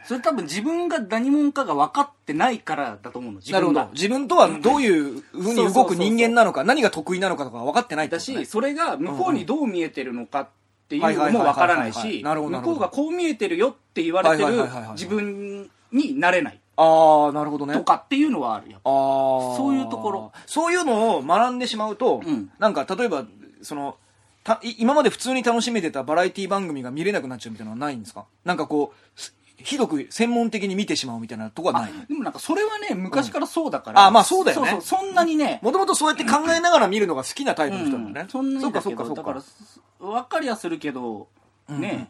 それ多分自分が何者かが分かってないからだと思うの自なるほ分どが自分とはどういうふうに動く人間なのか何が得意なのかとか分かってないってだことねしそれが向こうにどう見えてるのかっていうのも分からなはいはいはいはいいはしいなるほどな向るこほどうがこう見えてるよって言われてはいるはいはいはいはい自分になれないああなるほどねとかっていうのはあるよあーそういうところそういうのを学んでしまうと、うんなんか例えばそのたい今まで普通に楽しめてたバラエティ番組が見れなくなっちゃうみたいなのはないんですかなんかこうすひどく専門的に見てしまうみたいなとこはないでもなんかそれはね昔からそうだから、うんあまあそうだよねそうそうそんなにねもともとそうやって考えながら見るのが好きなタイプの人なんだね、そんなそっにかだそけっかそどっかだからす分かりはするけどね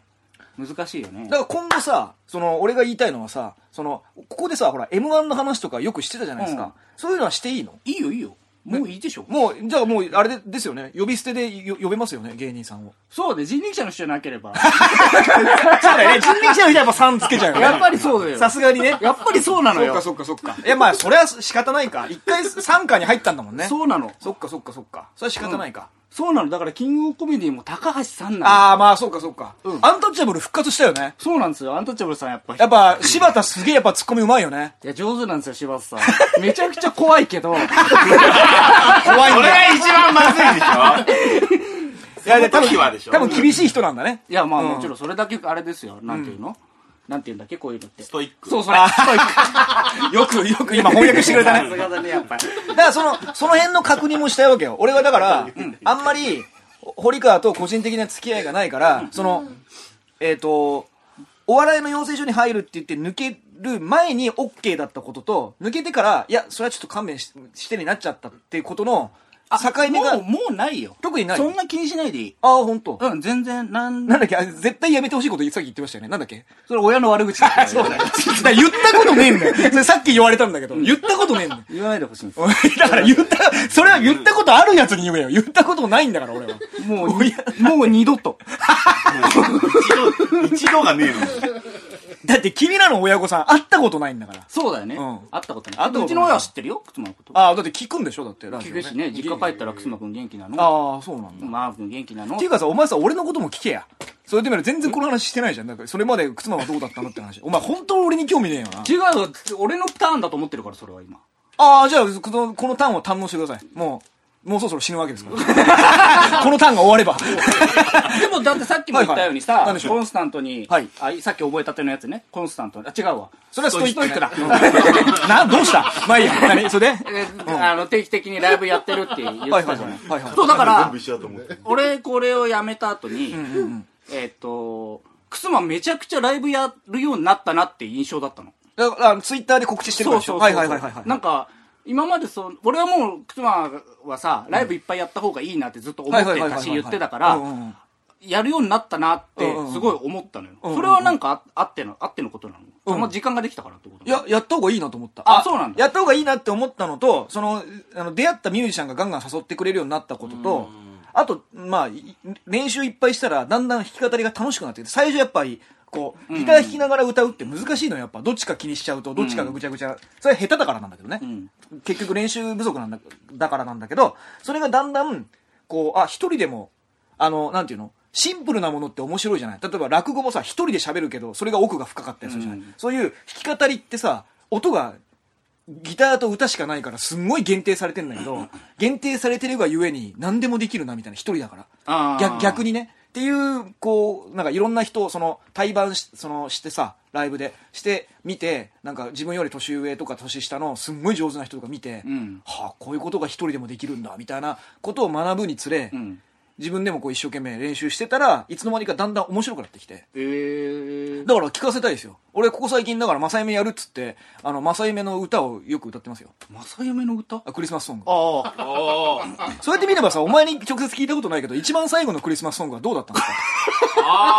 難しいよねだから今後さその俺が言いたいのはさそのここでさほら m 1の話とかよくしてたじゃないですか、うんそういうのはしていいのいいよいいよもういいでしょもうじゃあもうあれでですよね呼び捨てでよ呼べますよね芸人さんをそうで人力車の人じゃなければそうだよね人力車の人はやっぱ3つけちゃうよね やっぱりそうだよさすがにねやっぱりそうなのよそっかそっかそっかいやまあそれは仕方ないか一回参加に入ったんだもんねそうなのそっかそっかそっかそれは仕方ないか、そうなのだからキングオブコメディも高橋さんなのああまあそっかそっか、アンタッチャブル復活したよねそうなんですよアンタッチャブルさんやっぱやっぱ柴田すげえやっぱツッコミうまいよねいや上手なんですよ柴 田さんめちゃくちゃ怖い けど怖いんだよそれが一番まずいでしょいやいや多その時はでし分ょ多分厳しい人なんだねいやまあもちろんそれだけあれですよなんていうのなんていうんだっけこういうのってストイック。そうそれよくよく今翻訳してくれ たねさすがだねやっぱりだからその、その辺の確認もしたいわけよ。俺はだから、あんまり、堀川と個人的な付き合いがないから、その、えっ、と、お笑いの養成所に入るって言って抜ける前に OK だったことと、抜けてから、いや、それはちょっと勘弁ししてになっちゃったっていうことの、境目が、もあうもうないよ特にないそんな気にしないでいいあ、ほんと。うん全然なんなんだっけあれ絶対やめてほしいことさっき言ってましたよね。なんだっけそれ親の悪口だからだから言ったことねえんだよ。それさっき言われたんだけど、言ったことねえんだよ。言わないでほしいんですだから言った、それは言ったことあるやつに言えよ。言ったことないんだから、俺は。もうに、もう二度と。一度、一度がねえのに。だって君らの親御さん会ったことないんだから。そうだよね。うん会ったことない。会ったあことないと、うちの親は知ってるよ、くつまのこと。ああ、だって聞くんでしょだって。ラジ聞オくしね、実家帰ったらくつまくん元気なの。ああ、そうなんだ。っマー君元気なのてい。うかさ、お前さ、俺のことも聞けや。それでも全然この話してないじゃん。なんか、それまで靴間はどうだったのって話。お前本当俺に興味ねえよな。違うよ、俺のターンだと思ってるから、それは今。ああ、じゃあ、この、このターンを堪能してください。もう、もうそろそろ死ぬわけです から。このターンが終われば。でも、だってさっきも言ったようにさ、はいはい何でしょうコンスタントに、はいあ、さっき覚えたてのやつね、コンスタントに、あ、違うわ。それはストイック,、ストイ ックな、どうしたまあいいや。何それでえあの、定期的にライブやってるって言ってはいはたいじゃない。はい。はいはい。 そう、だから全部、一緒だと思って。俺、これをやめた後に、えっと、くすまめちゃくちゃライブやるようになったなって印象だったの。だからあのツイッターで告知してるかそらうでしょそうはそう。いはいはいはいはい。なんか、今までそう、俺はもう、くつまはさ、ライブいっぱいやった方がいいなってずっと思ってたし、言ってたから、うんうんうんやるようになったなってうんうんうんすごい思ったのよ、うんうんそれはなんかああってのあってのことなの、その時間ができたからってこといなのや、やった方がいいなと思った。あそうなんだやった方がいいなって思ったのと、その、あの、出会ったミュージシャンがガンガン誘ってくれるようになったことと、あと、まあ、い練習いっぱいしたら、だんだん弾き語りが楽しくなってきて、最初やっぱり、こう、ギター弾きながら歌うって難しいのよ、やっぱ。どっちか気にしちゃうと、どっちかがぐちゃぐちゃ。それは下手だからなんだけどね。結局練習不足なんだ、だからなんだけど、それがだんだん、こう、あ、一人でも、あの、なんていうのシンプルなものって面白いじゃない例えば落語もさ、一人で喋るけど、それが奥が深かったりするじゃない、そういう弾き語りってさ、音がギターと歌しかないからすんごい限定されてんだけど、限定されてるがゆえに何でもできるなみたいな一人だかあら。ー逆逆にね。っていう、こう、なんかいろんな人をその対バンしそのしてさ、ライブでして見て、なんか自分より年上とか年下のすんごい上手な人とか見て、んはあ、こういうことが一人でもできるんだみたいなことを学ぶにつれ、ん自分でもこう一生懸命練習してたらいつの間にかだんだん面白くなってきて。えー、だから聞かせたいですよ。俺、ここ最近だから、正夢やるっつって、あの、正夢の歌をよく歌ってますよ。正夢の歌ああクリスマスソング。あーおー そうやって見ればさ、お前に直接聞いたことないけど、一番最後のクリスマスソングはどうだったんですか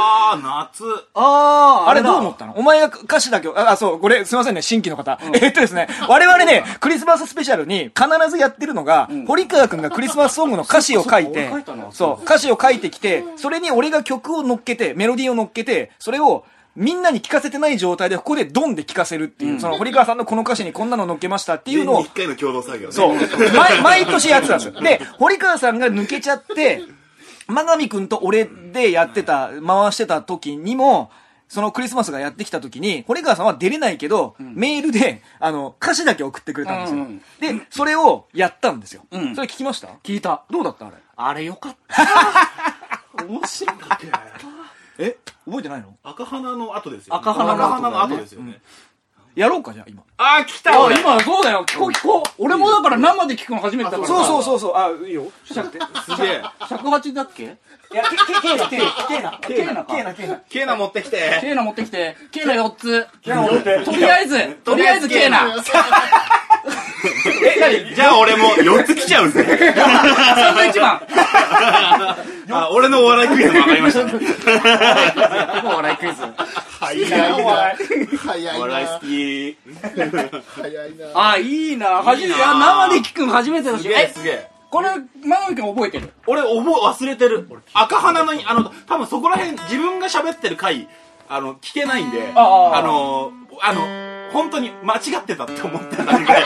あー、夏。ああれどう思ったのお前が歌詞だけを、あ、あそう、これ、すいませんね、新規の方。えっとですね、我々ね、クリスマススペシャルに必ずやってるのが、堀川くんがクリスマスソングの歌詞を書いてそっかそっか俺書いた、なそう、歌詞を書いてきて、それに俺が曲を乗っけて、メロディーを乗っけて、それを、みんなに聞かせてない状態で、ここでドンで聞かせるっていう、その堀川さんのこの歌詞にこんなの乗っけましたっていうのを一、回の共同作業ね。そう。 毎毎年やってたんですよ。で、堀川さんが抜けちゃって、真上くんと俺でやってた、回してた時にも、そのクリスマスがやってきた時に、堀川さんは出れないけど、メールで、あの、歌詞だけ送ってくれたんですよ。で、それをやったんですよ。んそれ聞きました聞いた。どうだったあれ。あれよかった。面白かった。え覚えてないの赤花の後ですよね。赤花の後だね赤花の後ですよね。やろうか、じゃあ、今。あー、来たあ俺今そ うだよ。聞こう聞こう。俺もだから生で聞くの初めてだから。。そうそううそうそう。あ、いいよ。ちょっと待って。すげえ。尺八だっけいや、け、け、けいな、けいな、けいな、けいな、けいな、けいな。ケーナ持ってきて。ケーナ持ってきて。ケーナ4つ。けいな、俺。とりあえず、とりあえずケーナ。え、なにじゃあ俺も4つ来ちゃう ぜ。サンドイッチマン。 あ、俺のお笑いクイズも分かりましたね。もう笑いクイズ。早いな早おい笑い好なき。早いなあ、いいな。初めて、あ生で聞くの初めてだすし。げえ、え、すげえ。これ、マナミ君覚えてる俺、覚え、忘れてる。赤花の、あの、多分そこら辺、自分が喋ってる回、あの、聞けないんで、あああの、あの、本当に間違ってたって思ってたんで、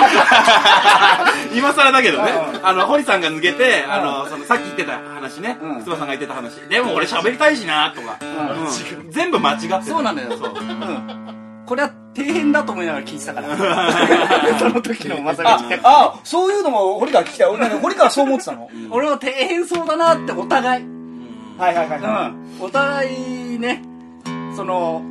今更だけどね、あの、堀さんが抜けて、あの、その、さっき言ってた話ね、うんつばさんが言ってた話、でも俺喋りたいしな、とか、うん全部間違ってた。そうなんだよ。そううん。これは底辺だと思いながら聞いてた から。その時のまさか聞いた。あ、そういうのも堀川聞きたい。俺なんか堀川そう思ってたの。俺は底辺そうだなってお互い。はいはいはい。うはいん。お互いね、その、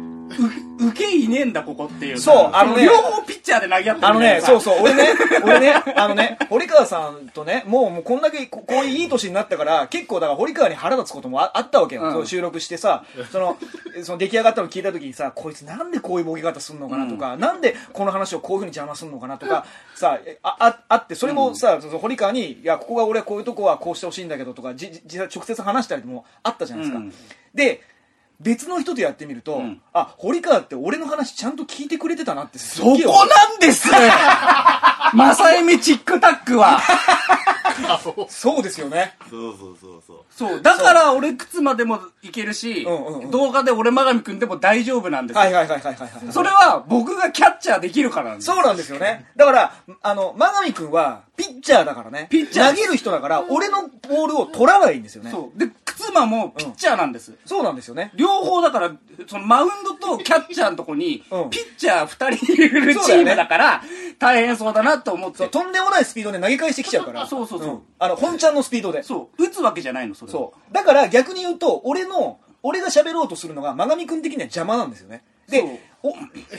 う受けいねえんだここっていう。そうあのね両方ピッチャーで投げ合ってるあのね、そうう。そう、俺ね、俺ね、あのね、堀川さんとね、もう、もうこんだけ、ここういういい年になったから、結構、だから堀川に腹立つこともああったわけよ。うんそう収録してさ、その、その出来上がったの聞いた時にさ、こいつなんでこういうボケ方すんのかなとか、なんでこの話をこういうふうに邪魔すんのかなとか、さ、えあ、ああって、それもさ、その堀川に、いや、ここが俺はこういうとこはこうしてほしいんだけどとか、じ、じ実際直接話したりもあったじゃないですか。うんで、別の人とやってみると、んあ、堀川って俺の話ちゃんと聞いてくれてたなってすっそこげえ思うなん ですマサエミチックタックは。そうですよね。そうそうそうそう。そう。だから俺靴までもいけるし、うんうんうん動画で俺マガミ君でも大丈夫なんですよはいはいはいはいはいはい。それは僕がキャッチャーできるからなんですそうなんですよね。だから、あの、真上くんは、ピッチャーだからね。ピッチャー投げる人だから、俺のボールを取らないんですよね。そう。そう。で、靴間もピッチャーなんです。なんですよね。両方だから、そのマウンドとキャッチャーのとこに、うんピッチャー2人いるそうチだよーねムだから、大変そうだなと思っそう、て。とんでもないスピードで投げ返してきちゃうから。そうそうそうんあの、本ちゃんのスピードで。そう。打つわけじゃないの、それは。そう。だから逆に言うと、俺の、俺が喋ろうとするのが、真上くん的には邪魔なんですよね。でそう、お、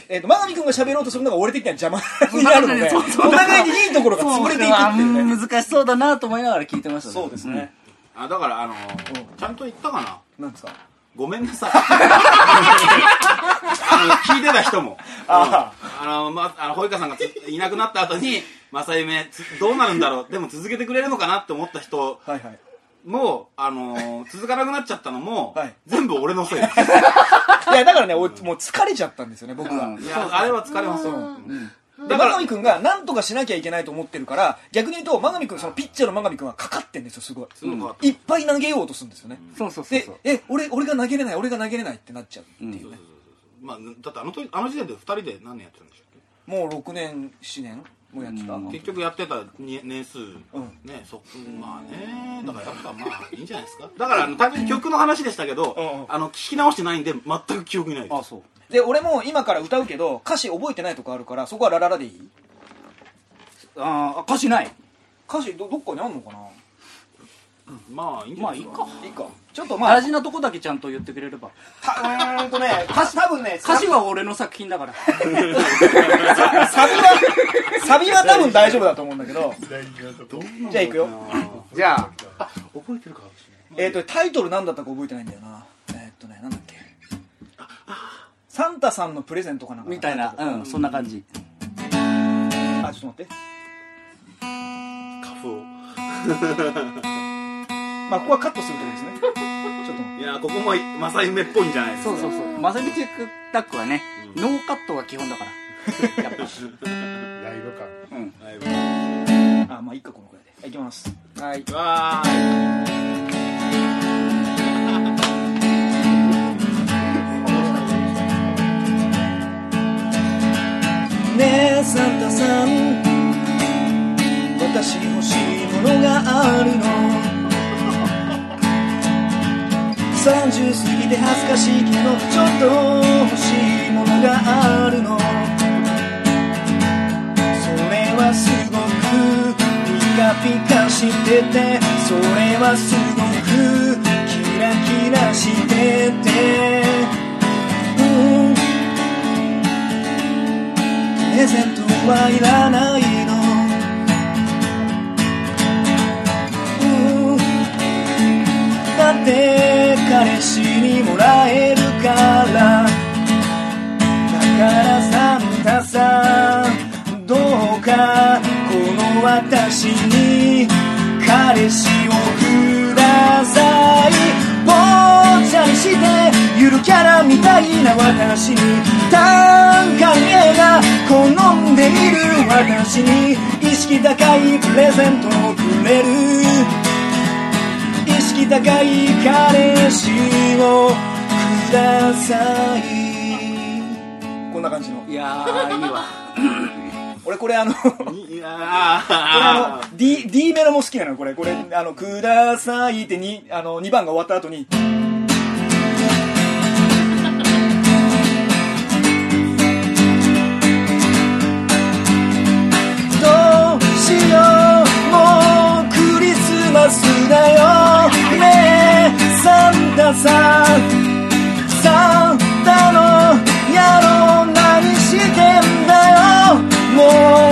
えっ、と、真上くんが喋ろうとするのが俺的には邪魔になるので、そうそうそうお互いにいいところが潰れていくっていうね。そう難しそうだなと思いながら聞いてましたね。そうですね。あ、だから、あのーちゃんと言ったかななんですかごめんな さい。あの、聞いてた人も。ああの、ま、あの、保川さんがついなくなった後に、正夢、つどうなるんだろう、でも続けてくれるのかなって思った人あ。はいはい。も、あのー続かなくなっちゃったのも、はい全部俺の せいです。いや、だからね、俺もう疲れちゃったんですよね、僕は。うんいや、あれは疲れますよ。うんで、だか真ら上くんが何とかしなきゃいけないと思ってるから、逆に言うと、真上くん、そのピッチャーの真上くんはかかってんですよ、すごい。すごかったいっぱい投げようとするんですよね。そうそうそうでそう。、え、俺、俺が投げれない、俺が投げれないってなっちゃうっていうね。まあ、だってあの時、あの時点で2人で何年やってたんでしょうっもう6年、7年もやってた。け結局やってたに年数、んね、そ、まあね、だからやっぱまあ、いいんじゃないですか。だから、あの、単純に曲の話でしたけど、うんあの、聞き直してないんで、全く記憶にないです。あ、そう。で、俺も今から歌うけど、歌詞覚えてないとこあるから、そこはラララでいいあー、歌詞ない。歌詞ど、どっかにあんのかなまあいいんじゃないですか。いいか。ちょっとまあ、大事なとこだけちゃんと言ってくれれば。たうーんとね、歌詞多分ね、歌詞は俺の作品だ から。サビは、サビは多分大丈夫だと思うんだけど、どんなじゃあ行くよ。じゃあ、覚えてるかもしえっ、とタイトルなんだったか覚えてないんだよなえっ、とねなんだっけサンタさんのプレゼントかなんかみたいな。うん、そんな感じ。あちょっと待ってカフを。まあ、ここはカットするとですね。ちょっと。いやーここもマサイメっぽいんじゃないですかそうそうそうマサミチックタックはね、ノーカットが基本だ からやっぱライブ感うんはいあ、まあ、いいか、このくらいで。はいいきます。はい。わーいねえサンタさん私欲しいものがあるの30過ぎて恥ずかしいけどちょっと欲しいものがあるのそれはすごくピカピカしててそれはすごくキラキラしてて、うんプレゼントはいらないの、うんだって彼氏にもらえるからだからサンタさんどうかこの私に彼氏をくださいぽっちゃりしてゆるキャラみたいな私に単価映画好んでいる私に意識高いプレゼントをくれる意識高い彼氏をくださいこんな感じのいやーいいわ俺これあのこれいやーああの D, D メロも好きなのこれこれあの「ください」ってにあの2番が終わった後に「どうしようもうクリスマスだよねえサンタさん」サンタの野郎何してんだよも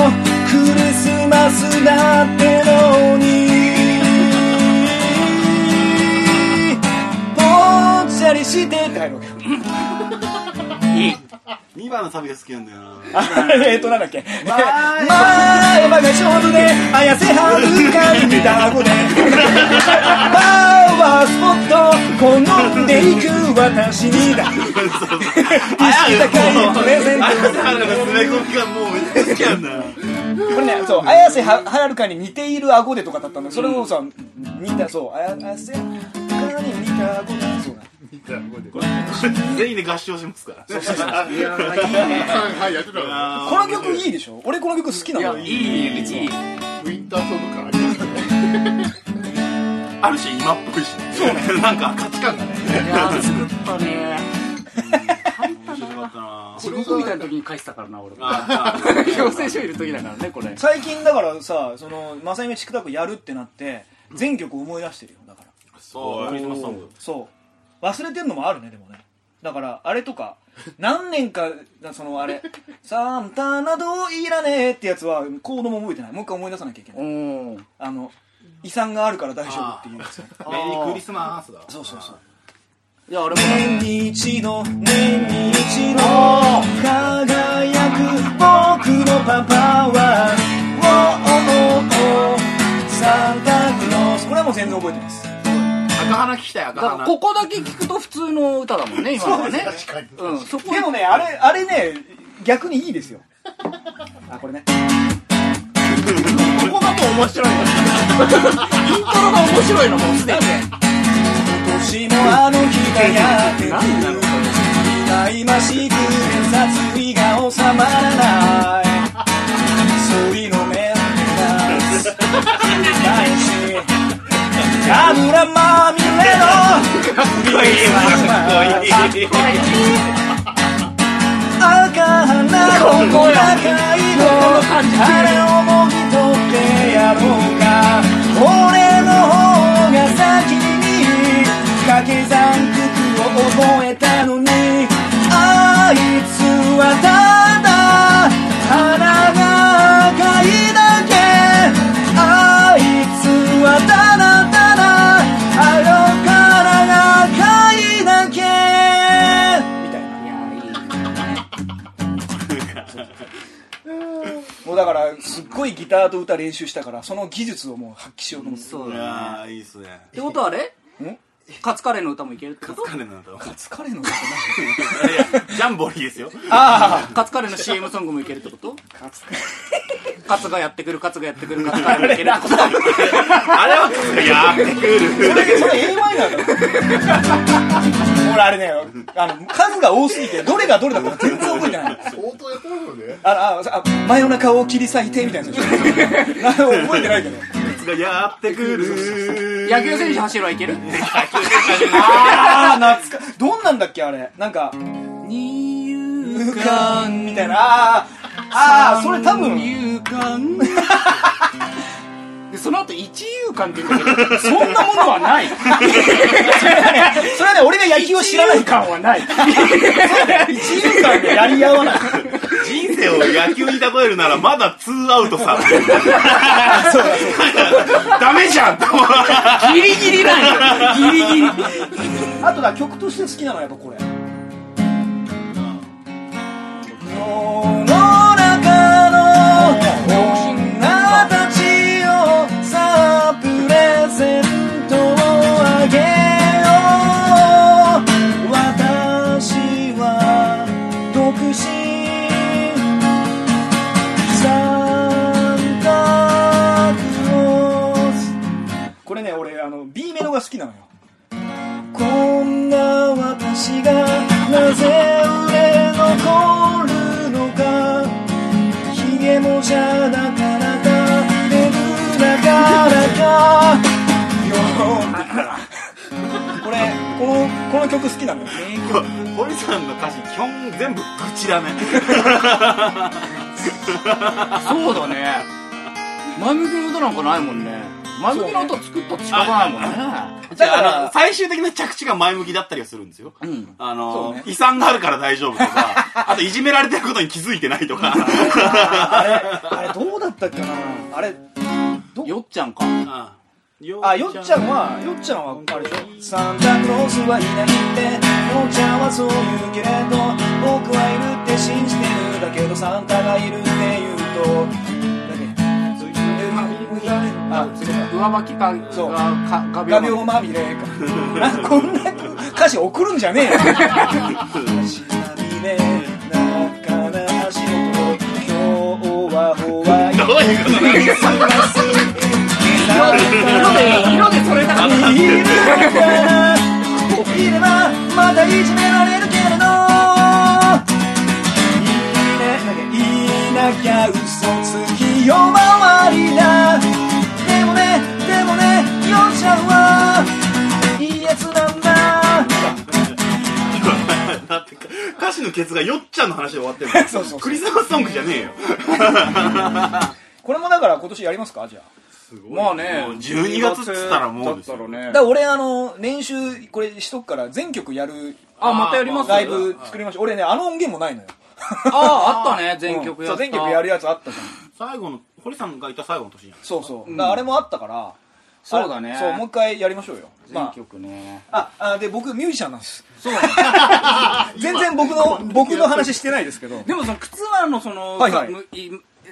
うクリスマスだってのにぽっちゃりしてって入るわけよいい2番のサビが好きなんだよなえっとなんだっけ前歯がショートで綾瀬はるかに見た子でパワースポット好んでいく私にだ意識高いプレゼントあやさんの詰め込みがもうめっちゃ好きなんだよこれね、そう、綾瀬ははるかに似ている顎でとかだったんだけどそれをさ、似た、そう、綾綾瀬はるかに似た顎で、そうだ。全員で合唱しますかいらやーいいねはいはいやってたのねこの曲いいでしょ俺この曲好きないのやいいいいウィンターソング感ありますよねある種今っぽいしそうねなんか価値観がねいやー作ったね面白かったな地獄みたいな時に返したからな俺あ行政書いる時だからねこれ最近だからさ、その、まさゆめチクタクやるってなって、全曲思い出してるよ、だから。あそうクリスマスソングそう。忘れてんのもあるね、でもね。だから、あれとか、何年か、そのあれ、サンタなどいらねえってやつは、コードも覚えてない。もう一回思い出さなきゃいけない。おーあの、遺産があるから大丈夫っていうやつ。メリークリスマスだそうそうそう。いや俺も年に一度年に一度輝く僕のパパは Oh, oh, oh, oh サンタクロースこれはもう全然覚えてます赤花聞きたい赤だから花ここだけ聞くと普通の歌だもんね今のはね確かにうんそこでもねあれあれね逆にいいですよあこれねここがもう面白いのイントロが面白いのもうすでに今年もあの日がやってくる何なのこ忌ましく殺意が収まらないそいのメンテナンスないし油まみれのかっこいいかっこいい赤花の小高いのあれをもぎ取ってやろうか俺の方が先に掛け算九九を覚えたのにあいつはただ花が赤いだけあいつはただただあの花が赤いだけみたいなもうだからすっごいギターと歌練習したからその技術をもう発揮しようと思って、そうだいねやーいいっすねってことはあれんカツカレーの歌もいけるってこカツとカレーなんだろうカツカレーの歌かいやジャンボリーですよカツカレーの CM ソングもいけるってことなカツカレーカツがやってくるカツがやってくるカツカレーもいけるってことあれはカツカレーやってくそれそれ A マイナーだよ俺あれねあの数が多すぎてどれがどれだったか全然覚えてない相当やったもんねあのああ真夜中を切り裂いてみたいなやつ でしょあの覚えてないけどるカツがやってくる野球選手走るはいけるああ懐かどんなんだっけあれなんか二遊みたいなあーあーそれ多分遊間でその後一遊間って言うんだけどそんなものはないそれはね俺が野球を知らない一遊間はない一遊間でやり合わない人生を野球に例えるならまだツーアウトさダメじゃんと思うギリギリなんよギリギリあとだ曲として好きなのはやっぱこれ世の中の女たちをさあプレゼントをあげよう私は独身サンタクロースこれね俺あの B メロが好きなのよこんな私がなぜ売れ残るのかひげもじゃなかなか出るなかなかよこれこのこの曲好きなのよ堀さんの歌詞基本全部愚痴だねそうだね前向きの歌なんかないもんね前向きの歌作ったって仕方ないもんねじゃああの最終的な着地が前向きだったりはするんですよ、んあそうの、ね遺産があるから大丈夫とかあといじめられてることに気づいてないと あかれどうだったっけなあれよっちゃんかあよあよっちゃんはよっちゃんはあれでしょサンタクロースはいないっておちゃんはそう言うけれど僕はいるって信じてるだけどサンタがいるって言うとだけそういうあそれ上履きかそうがか画画鋲鋲まみれかあこんな歌詞送るんじゃねえよ 足まみれ中な足元今日はホワイトどういうことだよ色で色でそれだからいるからいればまたいじめられるけれどいいなきゃ嘘つき夜回りだでもねでもねよっちゃんはいいやつなんだだって歌詞のケツがよっちゃんの話で終わってるの そうそうそうクリスマスソングじゃねえよこれもだから今年やりますかじゃあまあねもう12月っつったらもうですよだったらねだから俺あの練習これしとくから全曲やるあまたやりますライブ作りましょう俺ねあの音源もないのよあああったね全曲やそうった全曲やるやつあったじゃん最後の堀さんがいた最後の年じゃんそうそう、だからあれもあったからそうだねあそうもう一回やりましょうよ全ま曲ねあ、ああで僕ミュージシャンなんですそう 全然僕の僕の話してないですけどでもその靴はのその、はいはいかむい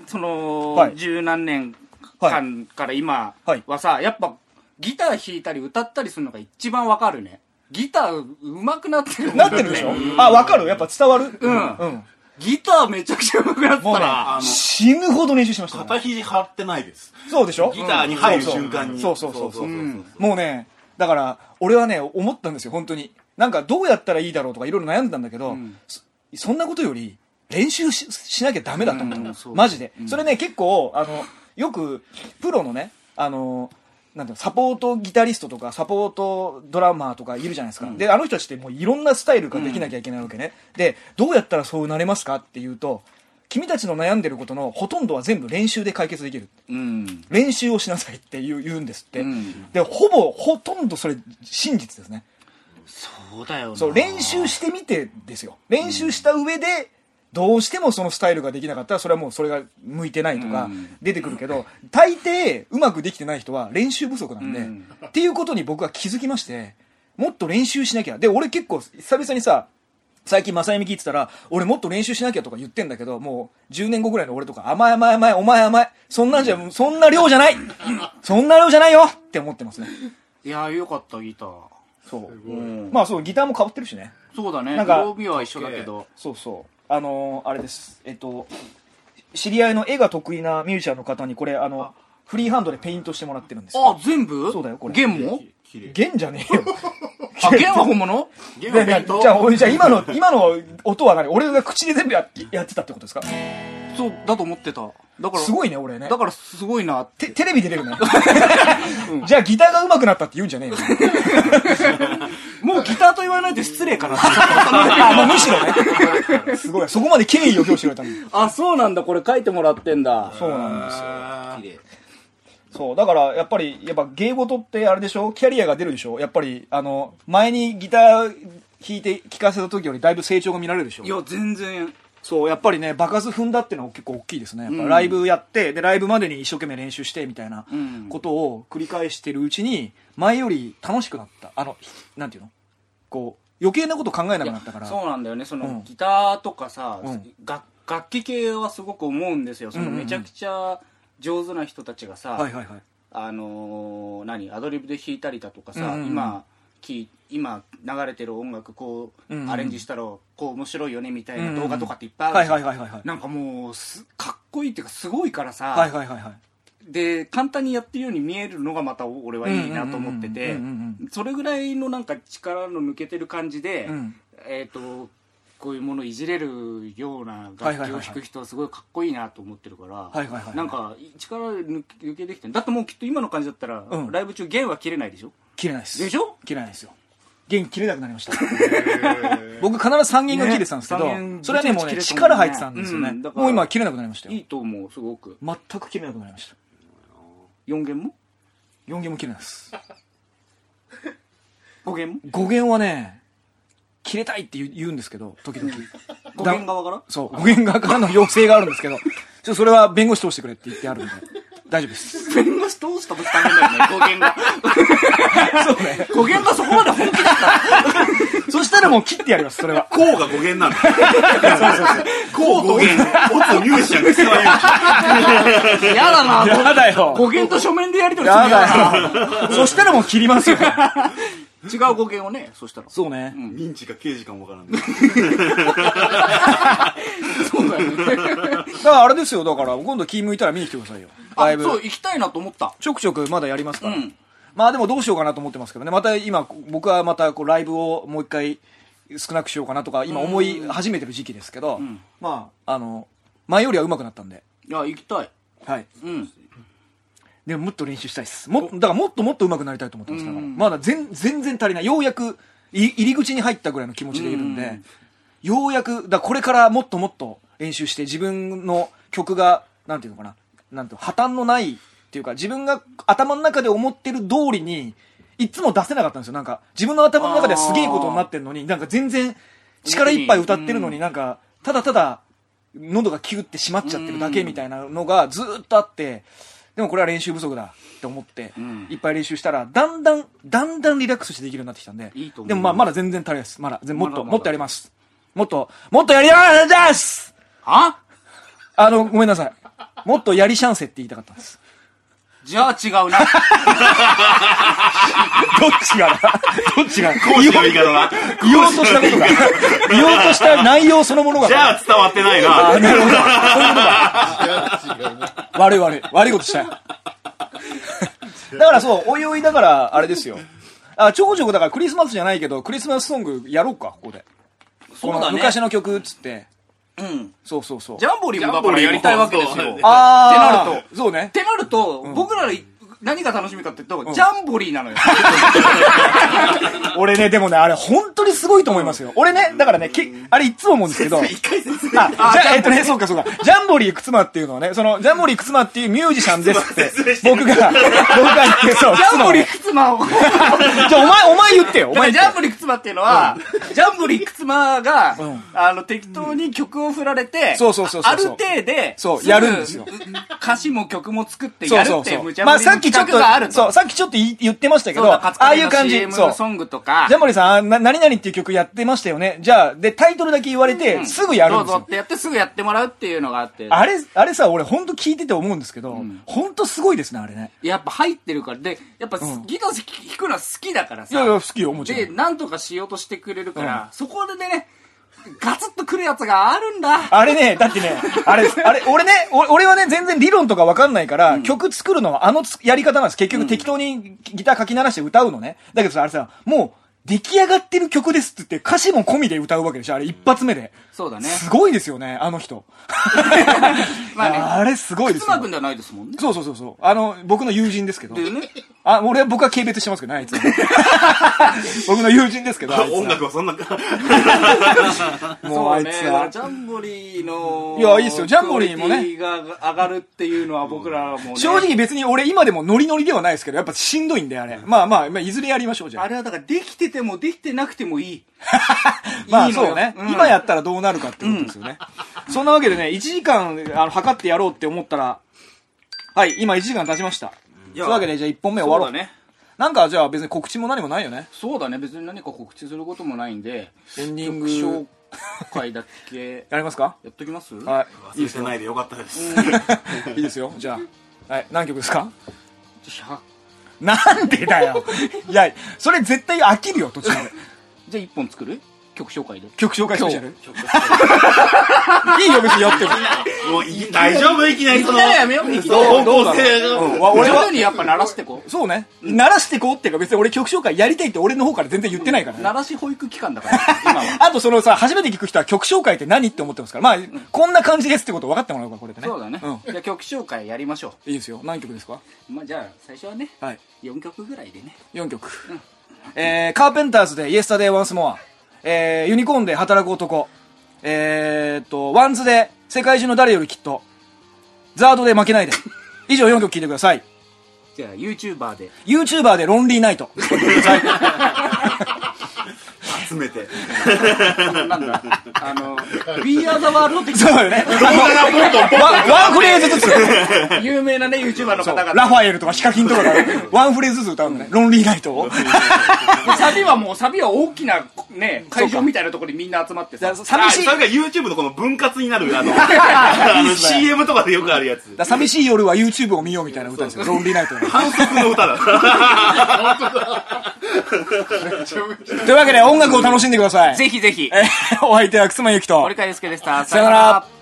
その、はい十何年は間から今はいはさ、やっぱギター弾いたり歌ったりするのが一番わかるねギター上手くなってるもんなってるでしょあわかるやっぱ伝わるうんうんギターめちゃくちゃ上手くなってたもうねな、あの死ぬほど練習しましたね肩肘張ってないですそうでしょギターに入る瞬間にそうそうそうそううんもうねだから俺はね思ったんですよ本当になんかどうやったらいいだろうとかいろいろ悩んでたんだけど、そそんなことより練習ししなきゃダメだと思ったの、うんそうマジで、それね結構あのよくプロのねあのなんていうのサポートギタリストとかサポートドラマーとかいるじゃないですか、であの人たちってもういろんなスタイルができなきゃいけないわけね、でどうやったらそうなれますかっていうと君たちの悩んでることのほとんどは全部練習で解決できるうん練習をしなさいって言う言うんですって、うんでほぼほとんどそれ真実ですねそうだよなそう練習してみてですよ練習した上でどうしてもそのスタイルができなかったらそれはもうそれが向いてないとかうん出てくるけど、大抵うまくできてない人は練習不足なんで、うんっていうことに僕は気づきましてもっと練習しなきゃで俺結構久々にさ最近、正弓聞いてたら、俺もっと練習しなきゃとか言ってんだけど、もう、10年後ぐらいの俺とか、甘い甘い甘い、お前甘い、そんなんじゃ、そんな量じゃないそんな量じゃないよって思ってますね。いやーよかったギターそう。まあそう、ギターも被ってるしね。そうだねなんか曜日は一緒だけどそうそう。あのー、あれです。えっと、知り合いの絵が得意なミュージシャンの方に、これ、あの、フリーハンドでペイントしてもらってるんですよ。あ全部そうだよこれ弦 も弦じゃねえよ。あ弦は本物ゲーねムねペイントじゃあ、俺、じゃあ今の、今の音は何俺が口で全部ややってたってことですかそうだと思ってただからすごいね、俺ね。だからすごいなってテテレビ出れる ね。じゃあギターが上手くなったって言うんじゃねえよ。もうギターと言わないと失礼かなって あ、もうむし ろね。すごい。そこまで敬意を表してくれたのに。あそうなんだこれ書いてもらってんだそうなんですよ。綺麗そう。だから、やっぱり、やっぱ芸事ってあれでしょキャリアが出るでしょやっぱり、あの、前にギター弾いて聴かせた時よりだいぶ成長が見られるでしょいや全然そう、やっぱりね、場数踏んだっていうのは結構大きいですね。やっぱライブやって、で、ライブまでに一生懸命練習して、みたいなうんことを繰り返してるうちに、前より楽しくなった。あの、ひなんていうのこう、余計なこと考えなくなったから。そうなんだよねその、うんギターとかさ、うん楽楽器系はすごく思うんですよそうんのうんうんめちゃくちゃ上手な人たちがさ、はいはいはい。あのー何アドリブで弾いたりだとかさ、うんうんうん今き今流れてる音楽こう、うんうんアレンジしたらこう面白いよねみたいな動画とかっていっぱいあはるいじゃんはいはいはいはい。なんかもうすかっこいいっていうかすごいからさ、はいはいはいはい。で簡単にやってるように見えるのがまた俺はいいなと思ってうてんうんうんうんうんそれぐらいのなんか力の抜けてる感じで、うんえっ、とこういうものをいじれるようなはい楽はい器はをい弾く人はすごいかっこいいなと思ってるから、はいはいはいなんか力抜け抜けてきてるだってもうきっと今の感じだったら、うんライブ中弦は切れないでしょ切れないです。でしょ切れないですよ。弦切れなくなりました。えー 僕必ず三弦が切れてたんですけど、ね三弦それはね、もうね、ぶちぶち切れてたもん力ね入ってたんですよね。うんだからもう今切れなくなりましたいよ。いと思うすごく全く切れなくなりました。 4弦も4弦も切れないです。 5弦も5弦はね、切れたいって言う言うんですけど、時々。 5弦側からそう、5弦側からの要請があるんですけど、ちょっとそれは弁護士通してくれって言ってあるんで、大丈夫です。弁護士通したとダメだよね5弦が そうね。 5弦がそこまで本気だそしたらもう切ってやります、それは。こうが語源なんだ。こう 語源。おつミュージシャン、草場嫌だなやだよ。語源と書面でやり取りすやるの嫌だなだよ。そしたらもう切りますよ。違う語源をね そしたらそうね。認知か刑事かもわからんけど。そうだよねだからあれですよ、だから今度気向いたら見に来てくださいよ。ラあイブ。そう行きたいなと思ったちょくちょくまだやりますから。うんまあでもどうしようかなと思ってますけどね。また今、僕はまたこうライブをもう一回少なくしようかなとか、今思い始めてる時期ですけど、まあ、あの、前よりは上手くなったんで。いや行きたいはい。うんでももっと練習したいです。もっとだからもっともっと上手くなりたいと思ってますだから。まだ全全然足りない。ようやくい入り口に入ったぐらいの気持ちでいるんで、ようやく、だからこれからもっともっと練習して自分の曲が、なんていうのかな、なんていうの破綻のないっていうか、自分が頭の中で思ってる通りに、いつも出せなかったんですよ。なんか、自分の頭の中ではすげえことになってるのに、なんか全然力いっぱい歌ってるのになんか、ただただ、喉がキュってしまっちゃってるだけみたいなのがずーっとあって、でもこれは練習不足だって思って、んいっぱい練習したら、だんだん、だんだんリラックスしてできるようになってきたんで、いいと思うでもまあまだ全然足りないです。まだ、ぜもっまだと、まだもっとやります。もっと、もっとやりやりますああの、ごめんなさい。もっとやりシャンセって言いたかったんです。じゃあ違 うなどっちがな どっちが講師の言い方な。言おうとしたことが、言おうとした内容そのものが。じゃあ伝わってない あ、な。なるほど。そういうことだ。違うな悪い悪い。悪いことしたよ。だからそう、おいおいだから、あれですよ。あ、ちょこちょこだからクリスマスじゃないけど、クリスマスソングやろうか、ここで。そうこだのね昔の曲っつって。うんそうそうそう。ジャンボリーもだからやりたいわけですよっあーってなるとそうね。てなると僕ら何が楽しみかっていうとジャンボリーなのよ俺ね、でもね、あれ本当にすごいと思いますよ。俺ね、だからね、けあれいつも思うんですけど。一回説明。あ、じゃあ、えっとね、そうかそうか。ジャンボリーくつまっていうのはね、その、ジャンボリーくつまっていうミュージシャンですって説明し、てる僕が、僕が言って、そう、ジャンボリーく靴間をつまをじゃあ、お前、お前言って よ、おだか前らジ言ャっンボリックスマっていうのは、ジャンボリックスマが、んあの、適当に曲を振られて、そうそうそうそうある程で、そうぐやるんですよ。歌詞も曲も作ってそやうるそうってそう無。茶まあぶりさっのき企ちょっと画がある、と。そう、さっきちょっと言い言ってましたけそうど、だあカツカあレいーうの感じ。 CM そう。ソングとかジャンボリーさんあ、な何々っていう曲やってましたよね。じゃあ、で、タイトルだけ言われて、すぐやるんどうですぞよっ。てやってすぐやってもらうっていうのがあってあれ、あれさ、俺ほんと聞いてて思うんですけど、ほんとすごいですね、あれね。やっぱ入ってるからでやっぱギター弾くのは好きだからいさやいや、好きよ、もちろでん。なんとかしようとしてくれるから、そこでねガツッとくるやつがあるんだあれね、だってね、あれ、あれ、俺ね、俺俺はね、全然理論とかわかんないから、曲作るのはあのつやり方なんです。結局適当にギターかき鳴らして歌うのね。だけどさ、あれさ、もう、出来上がってる曲ですって言って、歌詞も込みで歌うわけでしょあれ一発目で。そうだねすごいですよね、あの人。 まあねあれすごいですよ妻。君ではないですもんねそうそうそうそう。あの、僕の友人ですけど。でねあ、俺は僕は軽蔑してますけどね、あい つは。僕の友人ですけど、あいつは音楽はそんな、いもうあいつそうねだからはジ。ャンボリーのいやいいっすよジャンボリーもねクオリティが上がるっていうのは僕らもね正直別に俺今でもノリノリではないですけど、やっぱしんどいんであれ。まあまあ、まあ、いずれやりましょうじゃああ。れはだからできててもできてなくてもいいまいあいのよそうね、うん今やったらどうなるかってことですよね。そんなわけでね、1時間、あの、測ってやろうって思ったら、はい、今1時間経ちました。というわけで、じゃあ1本目終わろう。そうだねなんかじゃあ別に告知も何もないよね。そうだね別に何か告知することもないんでエンディン曲グ。紹介だ けやりますかやっときますはい。いいで忘れすてよ。ないでよかったです。い いですよ。じゃあ。はい。何曲ですかじゃあなんでだよ。いや、それ絶対飽きるよ、途中で。じゃあ1本作る曲紹介で曲紹介スペシャルいいよ、別にやっても。もうい、大丈夫いきなりその、いきなりやめよういきなりそう方向性が。うんわ俺俺はは、にやっぱ鳴らしてこうそうね。鳴らしてこうっていうか、別に俺曲紹介やりたいって俺の方から全然言ってないからね。鳴らし保育機関だから今はあとそのさ、初めて聞く人は曲紹介って何って思ってますから。まあ、こんな感じですってことを分かってもらうから、これでね。そうだねん。じゃあ曲紹介やりましょいいですよ。何曲ですかうまあじゃあ最初はねはい。 4曲ぐらいでね4曲。えー、カーペンターズで Yesterday Once More。えー、ユニコーンで働く男。えーっと、ワンズで世界中の誰よりきっと。ザードで負けないで。以上4曲聴いてください。じゃあ YouTuber で YouTuber でロンリーナイ ト。集めて。なんだあの「We Are the World」って そうよね。動画がポンポンポンワンワンフレーズずつ。 有名なね YouTuber の方々ラファエルとかヒカキンとかがワンフレーズずつ歌うのね。ロンリーナイトを。でサビはもうサビは大きなね会場みたいなところにみんな集まってさだ寂しいあそれが YouTube のこの分割になる、あの、あの CM とかでよくあるやつ。だ寂しい夜は YouTube を見ようみたいな歌ですよ。ロンリーナイトの。反則の歌だ。というわけで音楽を楽しんでください。ぜひぜひえーお相手はくすまゆきと。森川祐介でしたさよなら